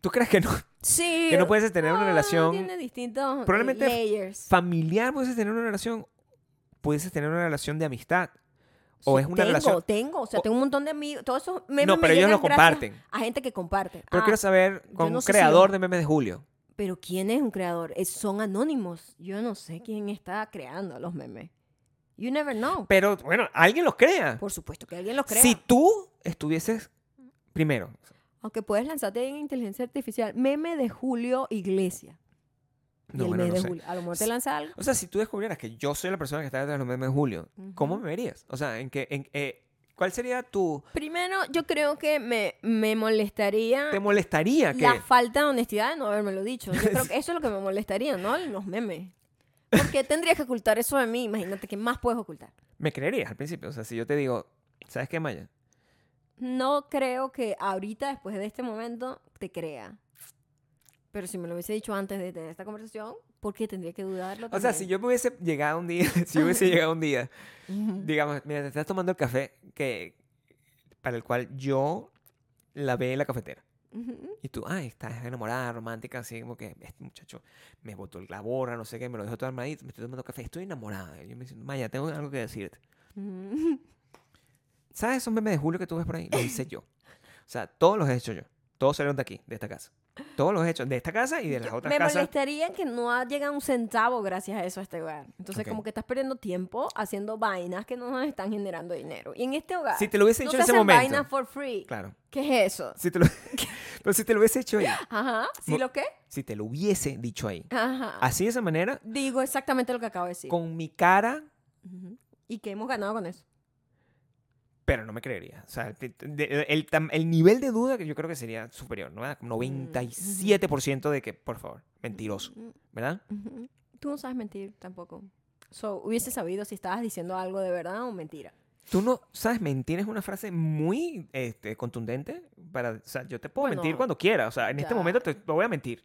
¿Tú crees que no? Sí. Que no puedes tener una ah, relación Tiene distintos eh, probablemente layers. familiar, puedes tener una relación. Puedes tener una relación de amistad. O Sí, es una tengo, relación. Tengo, o sea, o- tengo un montón de amigos. Todos esos memes No, me pero ellos llegan lo gracias comparten. A gente que comparte. Pero Ah, quiero saber con no un sé si creador yo- de memes de Julio. pero ¿quién es un creador? Es- son anónimos. Yo no sé quién está creando los memes. You never know. Pero bueno, alguien los crea. Por supuesto que alguien los crea. Si tú estuvieses primero. Aunque puedes lanzarte en inteligencia artificial. Meme de Julio Iglesias. No, y el bueno, mes no de sé. julio. A lo mejor te Sí. lanza algo. O sea, si tú descubrieras que yo soy la persona que está detrás de los memes de Julio, ¿cómo Ujú. me verías? O sea, en que, en, eh, ¿cuál sería tu... Primero, yo creo que me, me molestaría ¿Te molestaría que... Ah, la falta de honestidad de no habérmelo dicho. Yo creo que eso es lo que me molestaría, ¿no? Los memes. Porque tendrías que ocultar eso de mí. Imagínate, ¿qué más puedes ocultar? Me creerías al principio. O sea, si yo te digo, ¿sabes qué, Maya? No creo que ahorita, después de este momento, te crea. Pero si me lo hubiese dicho antes de tener esta conversación, ¿por qué tendría que dudarlo? O sea, también? si yo me hubiese llegado un día, si yo hubiese llegado un día Ujú. digamos, mira, te estás tomando el café que para el cual yo lavé la cafetera. Ujú. Y tú, ay, estás enamorada, romántica, así como que este muchacho me botó la borra, no sé qué, me lo dejó todo armadito, me estoy tomando café, estoy enamorada. Y yo me diciendo, Maya, tengo algo que decirte. Ujú. ¿Sabes esos memes de Julio que tú ves por ahí? Los hice yo. O sea, todos los he hecho yo. Todos salieron de aquí, de esta casa. Todos los he hecho, de esta casa y de las Yo- otras me casas. molestaría que no ha llegado un centavo gracias a eso a este hogar. Entonces, Ok. como que estás perdiendo tiempo haciendo vainas que no nos están generando dinero. Y en este hogar, Si te lo hubiese no se hecho en ese hacen momento. vainas for free. Claro. ¿Qué es eso? Si te lo... Pero si te lo hubiese hecho ahí, Ajá. ¿Sí Mo- lo qué? si te lo hubiese dicho ahí, Ajá. así de esa manera, Digo exactamente lo que acabo de decir. con mi cara Ujú. ¿Y qué hemos ganado con eso? Pero no me creería. O sea, te- te- de- el, tam- el nivel de duda que yo creo que sería superior, ¿no? Como Mm, 97% de que, por favor, mentiroso, ¿verdad? Mm, Ujú. Tú no sabes mentir tampoco. So, hubiese sabido si estabas diciendo algo de verdad o mentira. Tú no sabes mentir, es una frase muy este, contundente. Para, o sea, yo te puedo mentir Bueno, cuando quiera. O sea, en este ya. momento te, te voy a mentir.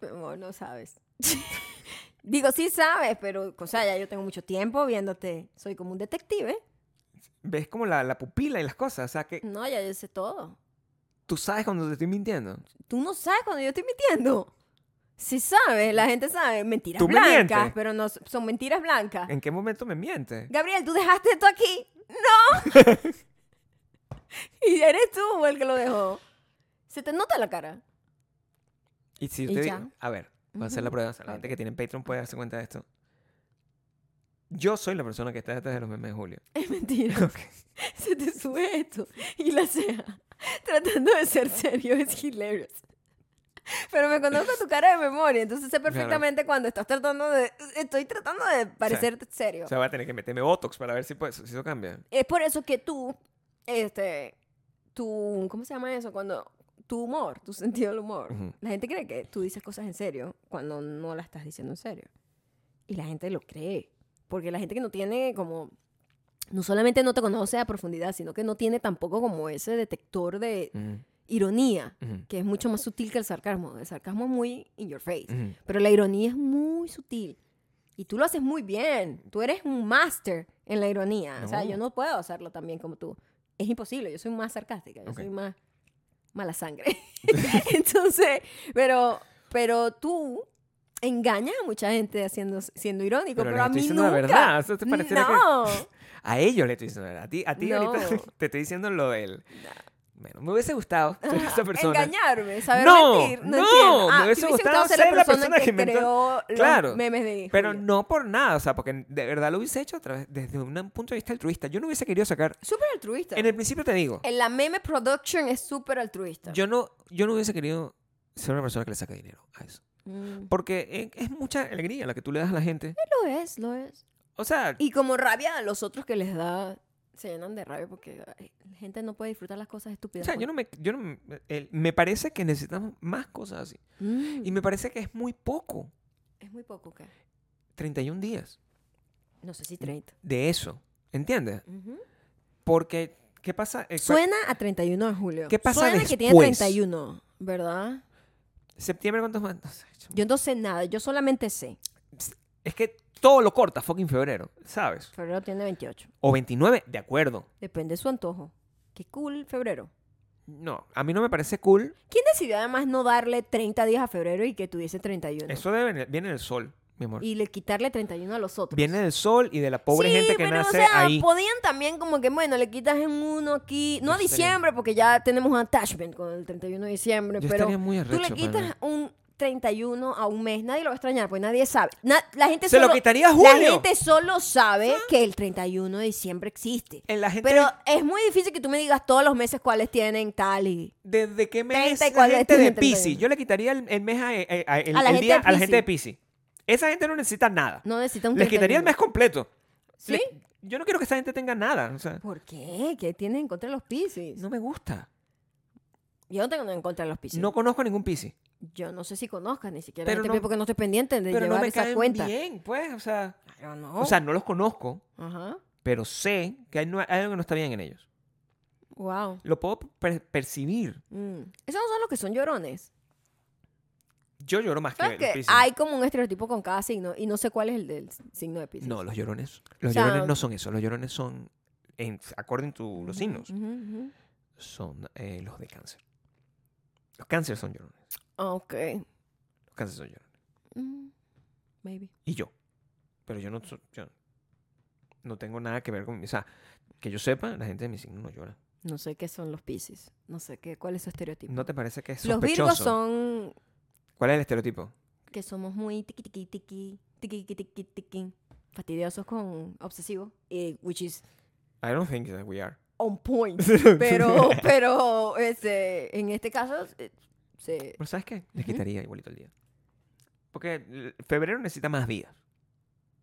Pero no sabes. Digo, sí sabes, pero, o sea, ya yo tengo mucho tiempo viéndote. Soy como un detective. Ves como la, la pupila y las cosas. O sea, que No, ya yo sé todo. tú sabes cuando te estoy mintiendo. Tú no sabes cuando yo estoy mintiendo. Sí sabes, la gente sabe. Mentiras Tú me blancas, mientes. pero no s- son mentiras blancas. ¿En qué momento me mientes? Gabriel, tú dejaste esto aquí. ¡No! y eres tú el que lo dejó. Se te nota la cara. Y si yo Y te ya. digo, a ver, voy a hacer la Ujú. prueba. O sea, la A gente que tiene Patreon puede darse cuenta de esto. Yo soy la persona que está detrás de los memes de Julio. Es mentira. Ok. Se te sube esto. Y la ceja. Tratando de ser serio es hilarious. Pero me conozco tu cara de memoria, entonces sé perfectamente cuando estás tratando de... Estoy tratando de parecer serio. O sea, voy a tener que meterme Botox para ver si, pues, si eso cambia. Es por eso que tú, este, tu, ¿cómo se llama eso? Cuando tu humor, tu sentido del humor. Ujú. La gente cree que tú dices cosas en serio cuando no las estás diciendo en serio. Y la gente lo cree. Porque la gente que no tiene como, no solamente no te conoce a profundidad, sino que no tiene tampoco como ese detector de ironía, Ujú. que es mucho más sutil que el sarcasmo. El sarcasmo es muy in your face. Ujú. Pero la ironía es muy sutil. Y tú lo haces muy bien. Tú eres un máster en la ironía. O sea, No. yo no puedo hacerlo tan bien como tú. Es imposible. Yo soy más sarcástica. Yo Ok. soy más mala sangre. Entonces, pero, pero tú engañan a mucha gente haciendo, siendo irónico, pero, Pero les a estoy mí diciendo nunca. la verdad, eso te pareciera que- no. A ellos le estoy diciendo la verdad. A ti, a ti No. ahorita te estoy diciendo lo del. Bueno, me hubiese gustado ser esa persona. Engañarme, saber No, mentir. No, no, entiendo. me Ah, hubiese te gustado ser la ser la persona, persona que, que inventó- creó los Claro, memes de Pero Julio. no por nada, o sea, porque de verdad lo hubiese hecho a través- desde un punto de vista altruista. Yo no hubiese querido sacar. Súper altruista. En el principio te digo, En la meme production es súper altruista. yo no, yo no hubiese querido ser una persona que le saca dinero a eso. Mm. Porque eh, es mucha alegría la que tú le das a la gente. Lo es, lo es. O sea, Y como rabia a los otros que les da, se llenan de rabia porque ay, la gente no puede disfrutar las cosas o estúpidas. pues. sea, yo no me, yo no me, el- me parece que necesitamos más cosas así. Mm, Y me parece que es muy poco, Es muy poco, ¿qué? 31 días No Mm. sé si 30. de eso, ¿entiendes? Ujú. Porque, ¿qué pasa? Eh, cua- Suena a 31 de julio. ¿Qué pasa Suena que tiene después? 31, ¿verdad? ¿Septiembre cuántos más? No sé, chamo. Yo no sé nada, yo solamente sé. es que todo lo corta fucking febrero, ¿sabes? Febrero tiene 28. O 29, de acuerdo. Depende de su antojo. Qué cool febrero. No, a mí no me parece cool. ¿Quién decidió además no darle 30 días a febrero y que tuviese 31? Eso debe, viene del sol, mi amor. Y le quitarle 31 a los otros. Viene del sol y de la pobre sí, gente que pero, nace o sea, ahí. podían también como que, bueno, le quitas en uno aquí, no a Yo estaría- diciembre, porque ya tenemos un attachment con el 31 de diciembre, Yo pero estaría muy tú le arrecho, quitas mano. un 31 a un mes, nadie lo va a extrañar, pues nadie sabe. Na- la gente Se solo, lo quitaría a La Julio. gente solo sabe que el 31 de diciembre existe. En la Eh, gente Pero es muy difícil que tú me digas todos los meses cuáles tienen tal y... ¿Desde qué mes 30 y la 40, gente de 31. Pisces? Yo le quitaría el, el mes a, eh, a- a- el, A la el gente día de a la gente de Piscis. Pisces. Esa gente no necesita nada. No necesita un Les quitaría el 31. mes completo. ¿Sí? Le- yo no quiero que esa gente tenga nada. o sea, ¿Por qué? ¿Qué tienes en contra de los piscis? no me gusta. Yo no tengo nada en contra de los piscis. No conozco ningún Pisces. Yo no sé si conozcas ni siquiera Pero gente no- Piscis, porque no estoy pendiente de Pero no llevar me esa caen cuenta. bien, pues. O sea, Claro, no. o sea, no los conozco, Ajá. pero sé que hay, no- hay algo que no está bien en ellos. Wow. Lo puedo per- percibir. Esos no son los que son llorones. Yo lloro más que ¿Sabes los que Pisces. hay como un estereotipo con cada signo y no sé cuál es el del signo de Piscis? No, los llorones. Los O sea- llorones no son eso. Los llorones son, en, acorden tu, los signos, Ujú, ujú. son eh, los de cáncer. Los cáncer son llorones. Ah, Ok. Los cáncer son llorones. Mm, Maybe. Y yo. Pero yo no, so- yo no tengo nada que ver con... O sea, que yo sepa, la gente de mi signo no llora. No sé qué son los Piscis. No sé qué, cuál es su estereotipo. ¿No te parece que es pues. los sospechoso? Virgos son ¿Cuál es el estereotipo? que somos muy tiqui tiqui tiqui tiqui tiqui tiqui tiqui fastidiosos con obsesivo y which is I don't think that we are. on point. Pero, pero este, en este caso, eh, se, Pero ¿sabes qué? Les Ujú. quitaría igualito el día. Porque el- febrero necesita más días.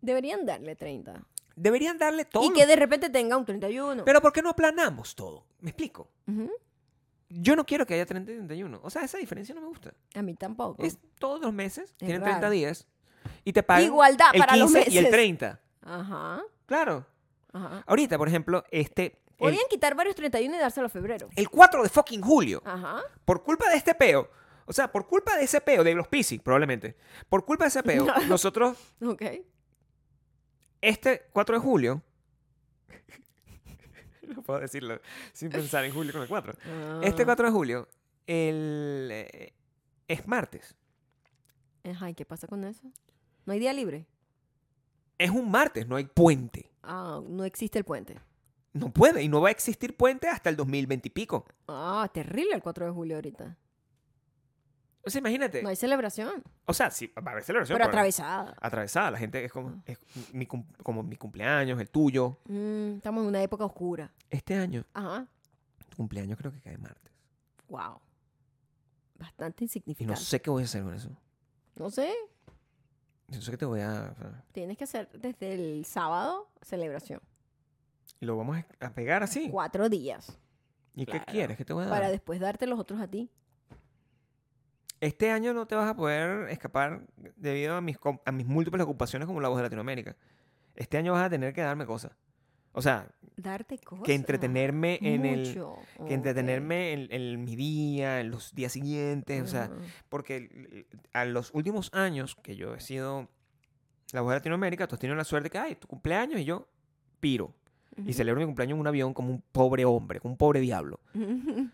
deberían darle 30. Deberían darle todo. Y que de repente tenga un 31. Pero ¿por qué no aplanamos todo? ¿Me explico? Ujú. Yo no quiero que haya 30 y 31. O sea, esa diferencia no me gusta. A mí tampoco. Es todos los meses, tienen raro. 30 días y te pagan Igualdad el para los 15 y el meses. 30. Ajá, Claro. ajá. Ahorita, por ejemplo, este el, Podrían quitar varios 31 y dárselo a febrero. el 4 de fucking julio, Ajá. por culpa de este peo, o sea, por culpa de ese peo de los Piscis, probablemente. Por culpa de ese peo, nosotros Ok. este 4 de julio no puedo decirlo sin pensar en julio con el 4. Este Ah. 4 de julio el eh, es martes. Ajá, ¿y Ah. qué pasa con eso? No hay día libre. Es un martes, no hay puente. Ah, no existe el puente. No puede y no va a existir puente hasta el 2020 y pico. Ah, terrible el 4 de julio ahorita. O sea, imagínate. No hay celebración, O sea, sí, va a haber celebración. pero Ah. pero atravesada. atravesada. La gente es como, es mi, cum- como mi cumpleaños, el tuyo. Mm, estamos en una época oscura. Este año, Ajá. tu cumpleaños creo que cae martes. Wow. Bastante Y no insignificante. sé qué voy a hacer con eso. No sé, No sé qué te voy a... o sea, tienes que hacer desde el sábado celebración. y lo vamos a- a pegar así. Cuatro días ¿Y Claro. qué quieres? ¿Qué te voy a dar? para después darte los otros a ti. Este año no te vas a poder escapar debido a mis, com- a mis múltiples ocupaciones como la voz de Latinoamérica. Este año vas a tener que darme cosas. O sea, Darte cosas. que entretenerme en el... Mucho. Ok. Mm. Que entretenerme en, en mi día, en los días siguientes, o sea, Ajá. porque el- el- a los últimos años que yo he sido la voz de Latinoamérica, tú has tenido la suerte que, ay, tu cumpleaños y yo piro. Y celebro mi cumpleaños en un avión como un pobre hombre, como un pobre diablo. Ujú.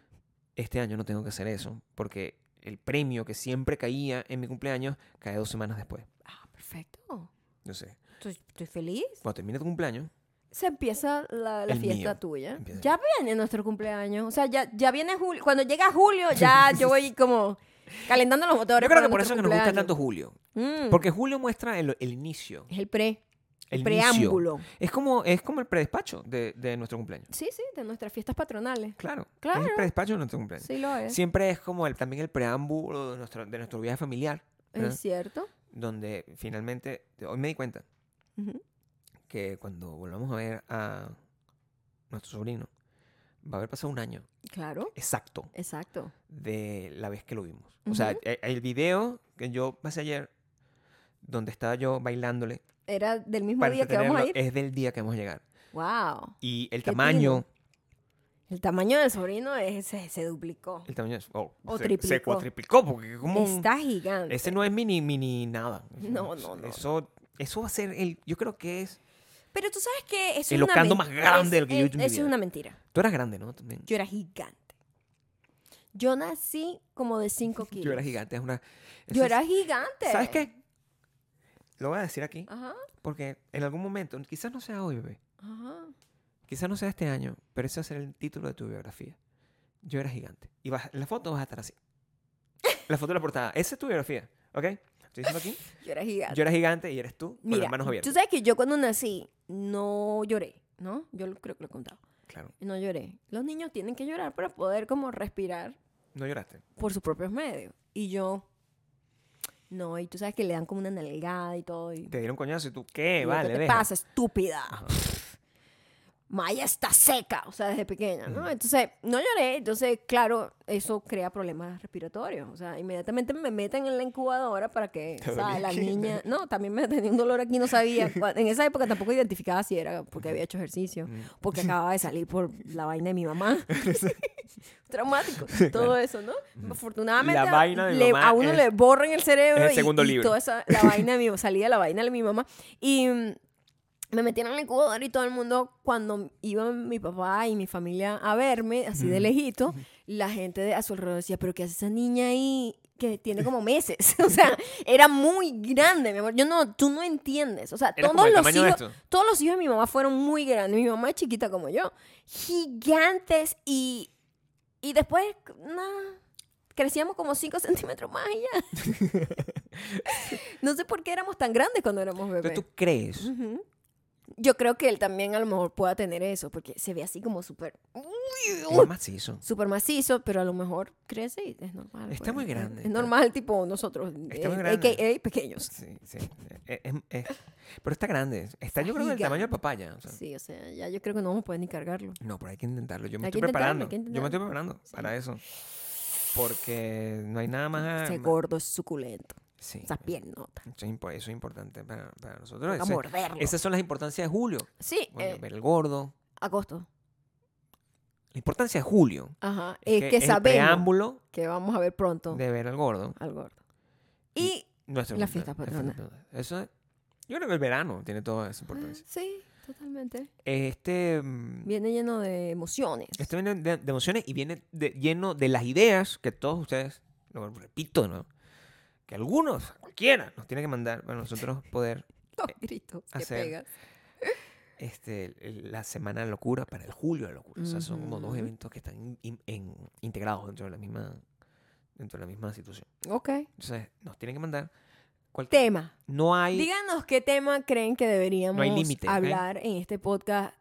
Este año no tengo que hacer eso porque el premio que siempre caía en mi cumpleaños cae dos semanas después. Ah, perfecto. Yo sé. Estoy, estoy feliz. Cuando termina tu cumpleaños, Se empieza la, la El fiesta mío. tuya. Empieza. Ya viene nuestro cumpleaños. O sea, ya, ya viene julio. Cuando llega julio, ya yo voy como calentando los motores. yo creo para que por eso nuestro es que nos gusta tanto cumpleaños. Julio. Mm, Porque Julio muestra el, el inicio. es el pre, El inicio. preámbulo. Es como, es como el predespacho de, de nuestro cumpleaños. Sí, sí, de nuestras fiestas patronales. Claro. Es Claro. el predespacho de nuestro cumpleaños. Sí lo es. Siempre es como el, también el preámbulo de nuestro, de nuestro viaje familiar. ¿verdad? Es cierto. Donde finalmente, hoy me di cuenta Ujú. que cuando volvamos a ver a nuestro sobrino, va a haber pasado un año Claro. exacto Exacto. de la vez que lo vimos. O sea, Ujú. e- el video que yo pasé ayer, donde estaba yo bailándole, Era del mismo para día que vamos a ir. entretenerlo, es del día que vamos a llegar. Wow. Y el Qué tamaño, El tamaño del sobrino es- se, se duplicó. el tamaño es- oh, O se, triplicó. se cuatriplicó, porque como un- Está gigante. ese no es mini, mini nada. No, no, no. Eso, eso va a ser el, yo creo que es, Pero tú sabes que eso El es una locando men- más grande es- del que yo he es- hecho en mi Eso es vida. una mentira. tú eras grande, ¿no? También. Yo era gigante. Yo nací como de 5 kilos. Yo era gigante, es una... eso Yo es- era gigante. ¿Sabes qué? Lo voy a decir aquí, Ajá, porque en algún momento, quizás no sea hoy, bebé, ajá. quizás no sea este año, pero ese va a ser el título de tu biografía. Yo era gigante. Y vas, en la foto vas a estar así. La foto de la portada. Esa es tu biografía, ¿ok? Estoy diciendo aquí. Yo era gigante. Yo era gigante y eres tú con Mira, las manos tú abiertas. sabes que yo cuando nací no lloré, ¿no? Yo lo- creo que lo he contado. Claro. No lloré. Los niños tienen que llorar para poder como respirar No lloraste. por sus propios medios. Y yo, no, y tú sabes que le dan como una nalgada y todo. Y, Te dieron coñazo y tú, ¿qué? y yo, vale, ¿Qué te deja. pasa, estúpida? Maya está seca, o sea, desde pequeña, Mm. ¿no? Entonces, no lloré, entonces, claro, eso crea problemas respiratorios, o sea, inmediatamente me meten en la incubadora para que, Te o sea, dolía la aquí. niña, no, también me tenía un dolor aquí, no sabía, Cua- en esa época tampoco identificaba si era porque había hecho ejercicio, Mm. porque acababa de salir por la vaina de mi mamá. Traumático, todo eso, ¿no? Afortunadamente, La vaina de mi le- mamá a uno es- le borran el cerebro es el y- segundo y, libro. toda esa la vaina de mi, salía la vaina de mi mamá y mm, me metieron en el incubador y todo el mundo, cuando iban mi papá y mi familia a verme, así de lejito, la gente de a su alrededor decía, pero ¿qué hace esa niña ahí? Que tiene como meses. o sea, era muy grande, mi amor. Yo no, tú no entiendes. O sea, Eras como todos el los tamaño de hijos, esto. todos los hijos de mi mamá fueron muy grandes. Mi mamá es chiquita como yo. Gigantes y, y después, nada, crecíamos como 5 centímetros más y ya. no sé por qué éramos tan grandes cuando éramos bebés. Entonces tú crees. Ujú. Yo creo que él también a lo mejor pueda tener eso, porque se ve así como súper Es macizo. super macizo, pero a lo mejor crece y es normal. pues. Está muy grande, Es está- normal, tipo nosotros, Está muy eh, grande. AKA pequeños. Sí, sí. Eh, es- es- pero está grande. Está yo creo que del tamaño de papaya. o sea. Sí, o sea, ya yo creo que no vamos a poder ni cargarlo. No, pero hay que intentarlo. Yo me Hay que estoy intentarlo, preparando. hay que Yo me estoy preparando para eso. Porque no hay nada más. Ese gordo es suculento, Sí. esas piernotas. Eso es, impo- eso es importante para, para nosotros. A Ese- morderlo. esas son las importancias de Julio. Sí, Bueno, eh, ver el gordo. agosto. La importancia de Julio. Ajá. Es que, es El sabemos preámbulo que vamos a ver pronto de ver al gordo. al gordo. Y, Y- Nuestro La cumpleaños, fiesta patronal. Eso es- yo creo que el verano tiene toda esa importancia. sí, totalmente. Este, mm, Viene lleno de emociones. este viene de, de emociones y viene de- lleno de las ideas que todos ustedes, lo repito, ¿no? que algunos, cualquiera, nos tiene que mandar para nosotros poder Los gritos que hacer- pegas. este, el- la semana de la locura para el julio de la locura. O sea, son como dos Ujú. eventos que están in- in- en- integrados dentro de la misma dentro de la misma situación. Ok. Entonces, nos tienen que mandar cualquier... Tema. No hay... Díganos qué tema creen que deberíamos límite, ¿ok? hablar en este podcast,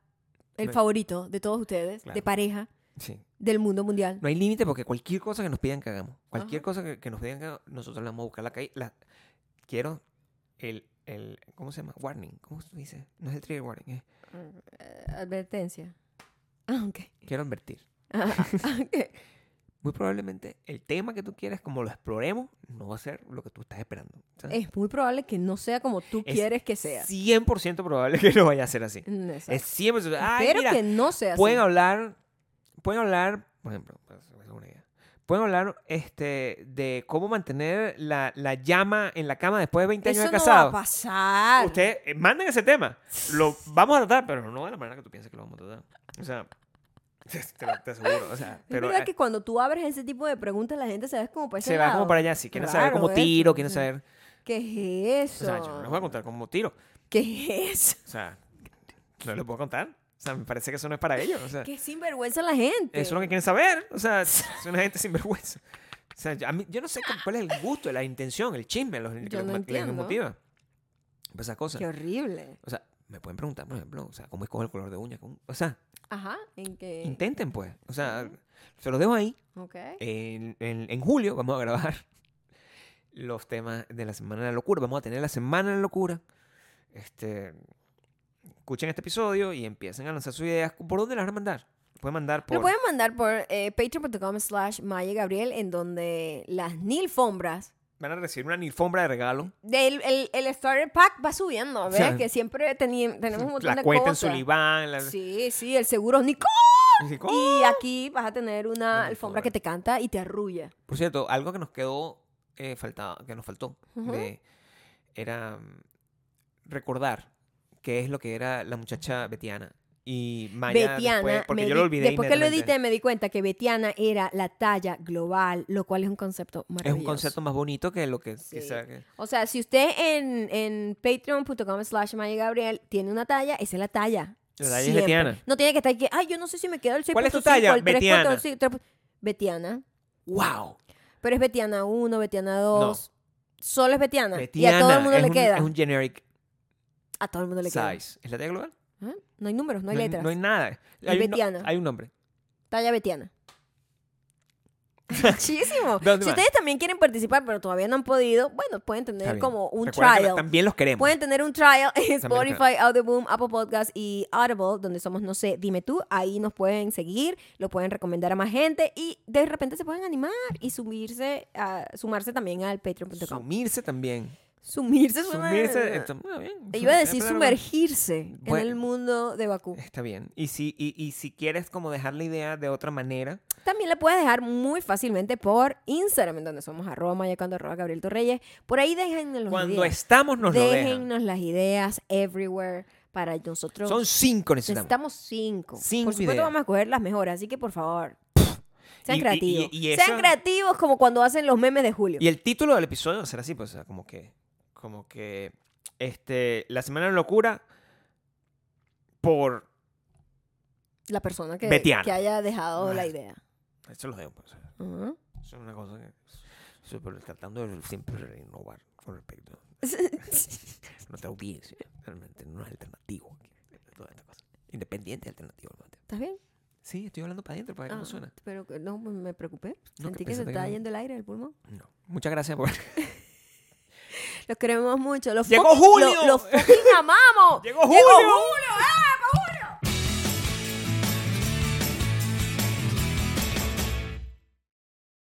el No hay- favorito de todos ustedes, de Claro. pareja, sí, del mundo mundial. No hay límite porque cualquier cosa que nos pidan que hagamos, cualquier Ajá. cosa que, que nos pidan que hagamos, nosotros la vamos a buscar la calle. La, quiero el, el, ¿cómo se llama? Warning. ¿Cómo se dice? No es el trigger warning. eh. Eh, advertencia. Ah, ok. Quiero advertir. Ah, ok. Muy probablemente el tema que tú quieras, como lo exploremos, no va a ser lo que tú estás esperando. ¿sabes? Es muy probable que no sea como tú Es quieres que sea. 100% probable que no vaya a ser así. Mm, exacto. Es 100%. Ay, Espero mira, que no sea pueden así. hablar, pueden hablar, por ejemplo, pues, es una idea. Pueden hablar este, de cómo mantener la, la llama en la cama después de 20 Eso años no va de casado. a pasar. Usted, eh, manden ese tema. Lo vamos a tratar, pero no de la manera que tú piensas que lo vamos a tratar. O sea, Te, lo- te aseguro. O sea, pero, es verdad eh, que cuando tú abres ese tipo de preguntas, la gente se va como para ese se va lado. como para allá. Si quieren saber Raro cómo eso, tiro, quieren sí. saber. ¿Qué es O eso? sea, yo no les voy a contar cómo tiro. ¿Qué es eso? O sea, no les puedo contar. O sea, me parece que eso no es para ellos. O sea, Qué sinvergüenza la gente. eso es lo que quieren saber. O sea, es una gente sinvergüenza. O sea, yo, a mí- yo no sé cu- cuál es el gusto, la intención, el chisme, los, que Yo los no ma- que les entiendo. motiva. Pues Esas cosas. Qué horrible. O sea, me pueden preguntar, por ejemplo, o sea, ¿cómo escoge el color de uña? ¿Cómo? O sea, Ajá, en que... intenten, pues. O sea, se los dejo ahí. Ok. En, en- en julio vamos a grabar los temas de la Semana de la Locura. Vamos a tener la Semana de la Locura. Este, escuchen este episodio y empiecen a lanzar sus ideas. ¿Por dónde las van a mandar? Pueden mandar por... Lo pueden mandar por eh, patreon.com slash Maya Gabriel, en donde las nilfombras Van a recibir una alfombra de regalo. del el, el starter pack va subiendo, ¿ves? sea, que siempre teni- tenemos un montón La de cuenta en cosas. Sullivan. La... Sí, sí, el seguro es Nico. Así que, ¡oh! Y aquí vas a tener una Una alfombra alfombra. que te canta y te arrulla. Por cierto, algo que nos quedó eh, faltaba, que nos faltó, Ujú. de- era mm, recordar qué es lo que era la muchacha Betiana. Y Maya Betiana, después- porque me yo lo di- olvidé después que lo inmediatamente. edité me di cuenta que Betiana era la talla global, lo cual es un concepto Es maravilloso. un concepto más bonito que lo que... Sí. que sea que- O sea, si usted en, en patreon.com slash Maya Gabriel tiene una talla, esa es la talla. La talla es Siempre. Betiana. No tiene que estar que, ay, yo no sé si me queda el 6.5, ¿Cuál es tu talla? el 3.4, Betiana. el 6, 3. Betiana. ¡Wow! Pero es Betiana 1, Betiana 2. Solo es Betiana. Ah, y Betiana a todo el mundo es le un- queda. Es un generic A todo el mundo le queda. size. ¿Es la talla global? ¿Ah? No hay números, no hay letras. No hay nada. Hay un, no- Betiana. hay un nombre. Talla Betiana. Muchísimo. Si ¿Dónde más? ustedes también quieren participar, pero todavía no han podido, bueno, pueden Está tener bien. como un Recuerden que trial. También los queremos. Pueden tener un trial en También acá. Spotify, Audioboom, Apple Podcast y Audible, donde somos, no sé, dime tú. Ahí nos pueden seguir, lo pueden recomendar a más gente y de repente se pueden animar y sumirse, a, sumarse también al patreon.com. Sumirse también. Sumirse, suena- Sumirse. está- bueno, bien. Te iba a decir Palabra- sumergirse Bueno. en el mundo de Bakú. Está bien. Y si, y, y si quieres como dejar la idea de otra manera, También la puedes dejar muy fácilmente por Instagram, en donde somos arroba mayacando, arroba Gabriel Torreyes. Por ahí déjennos las cuando ideas. estamos nos lo dejan. déjennos las ideas everywhere para nosotros. Son cinco necesitamos. Necesitamos cinco. Cinco por supuesto ideas. vamos a escoger las mejores, así que por favor, sean Y- y- creativos. y- y eso- Sean creativos como cuando hacen los memes de julio. Y el título del episodio será así, pues, o sea, como que, como que, este, la semana de la locura por, La persona que, Betiana. que haya dejado la Ah. idea. eso los dejo, pues, o sea, Ujú. eso es una cosa que, eso, pero tratando de siempre renovar con respecto a nuestra audiencia, realmente no es alternativo, aquí, toda esta cosa. independiente alternativo. realmente. ¿Estás bien? Sí, estoy hablando para adentro, para ver Ah, cómo suena. Pero que- no, me preocupé. que Sentí que se pensaste que estaba no. yendo el aire del pulmón. No. Muchas gracias por... Los queremos mucho. Los ¡Llegó fucking- Julio! lo- Los fucking amamos. ¡Llegó ¡Llegó Julio! Julio! ¡Eh!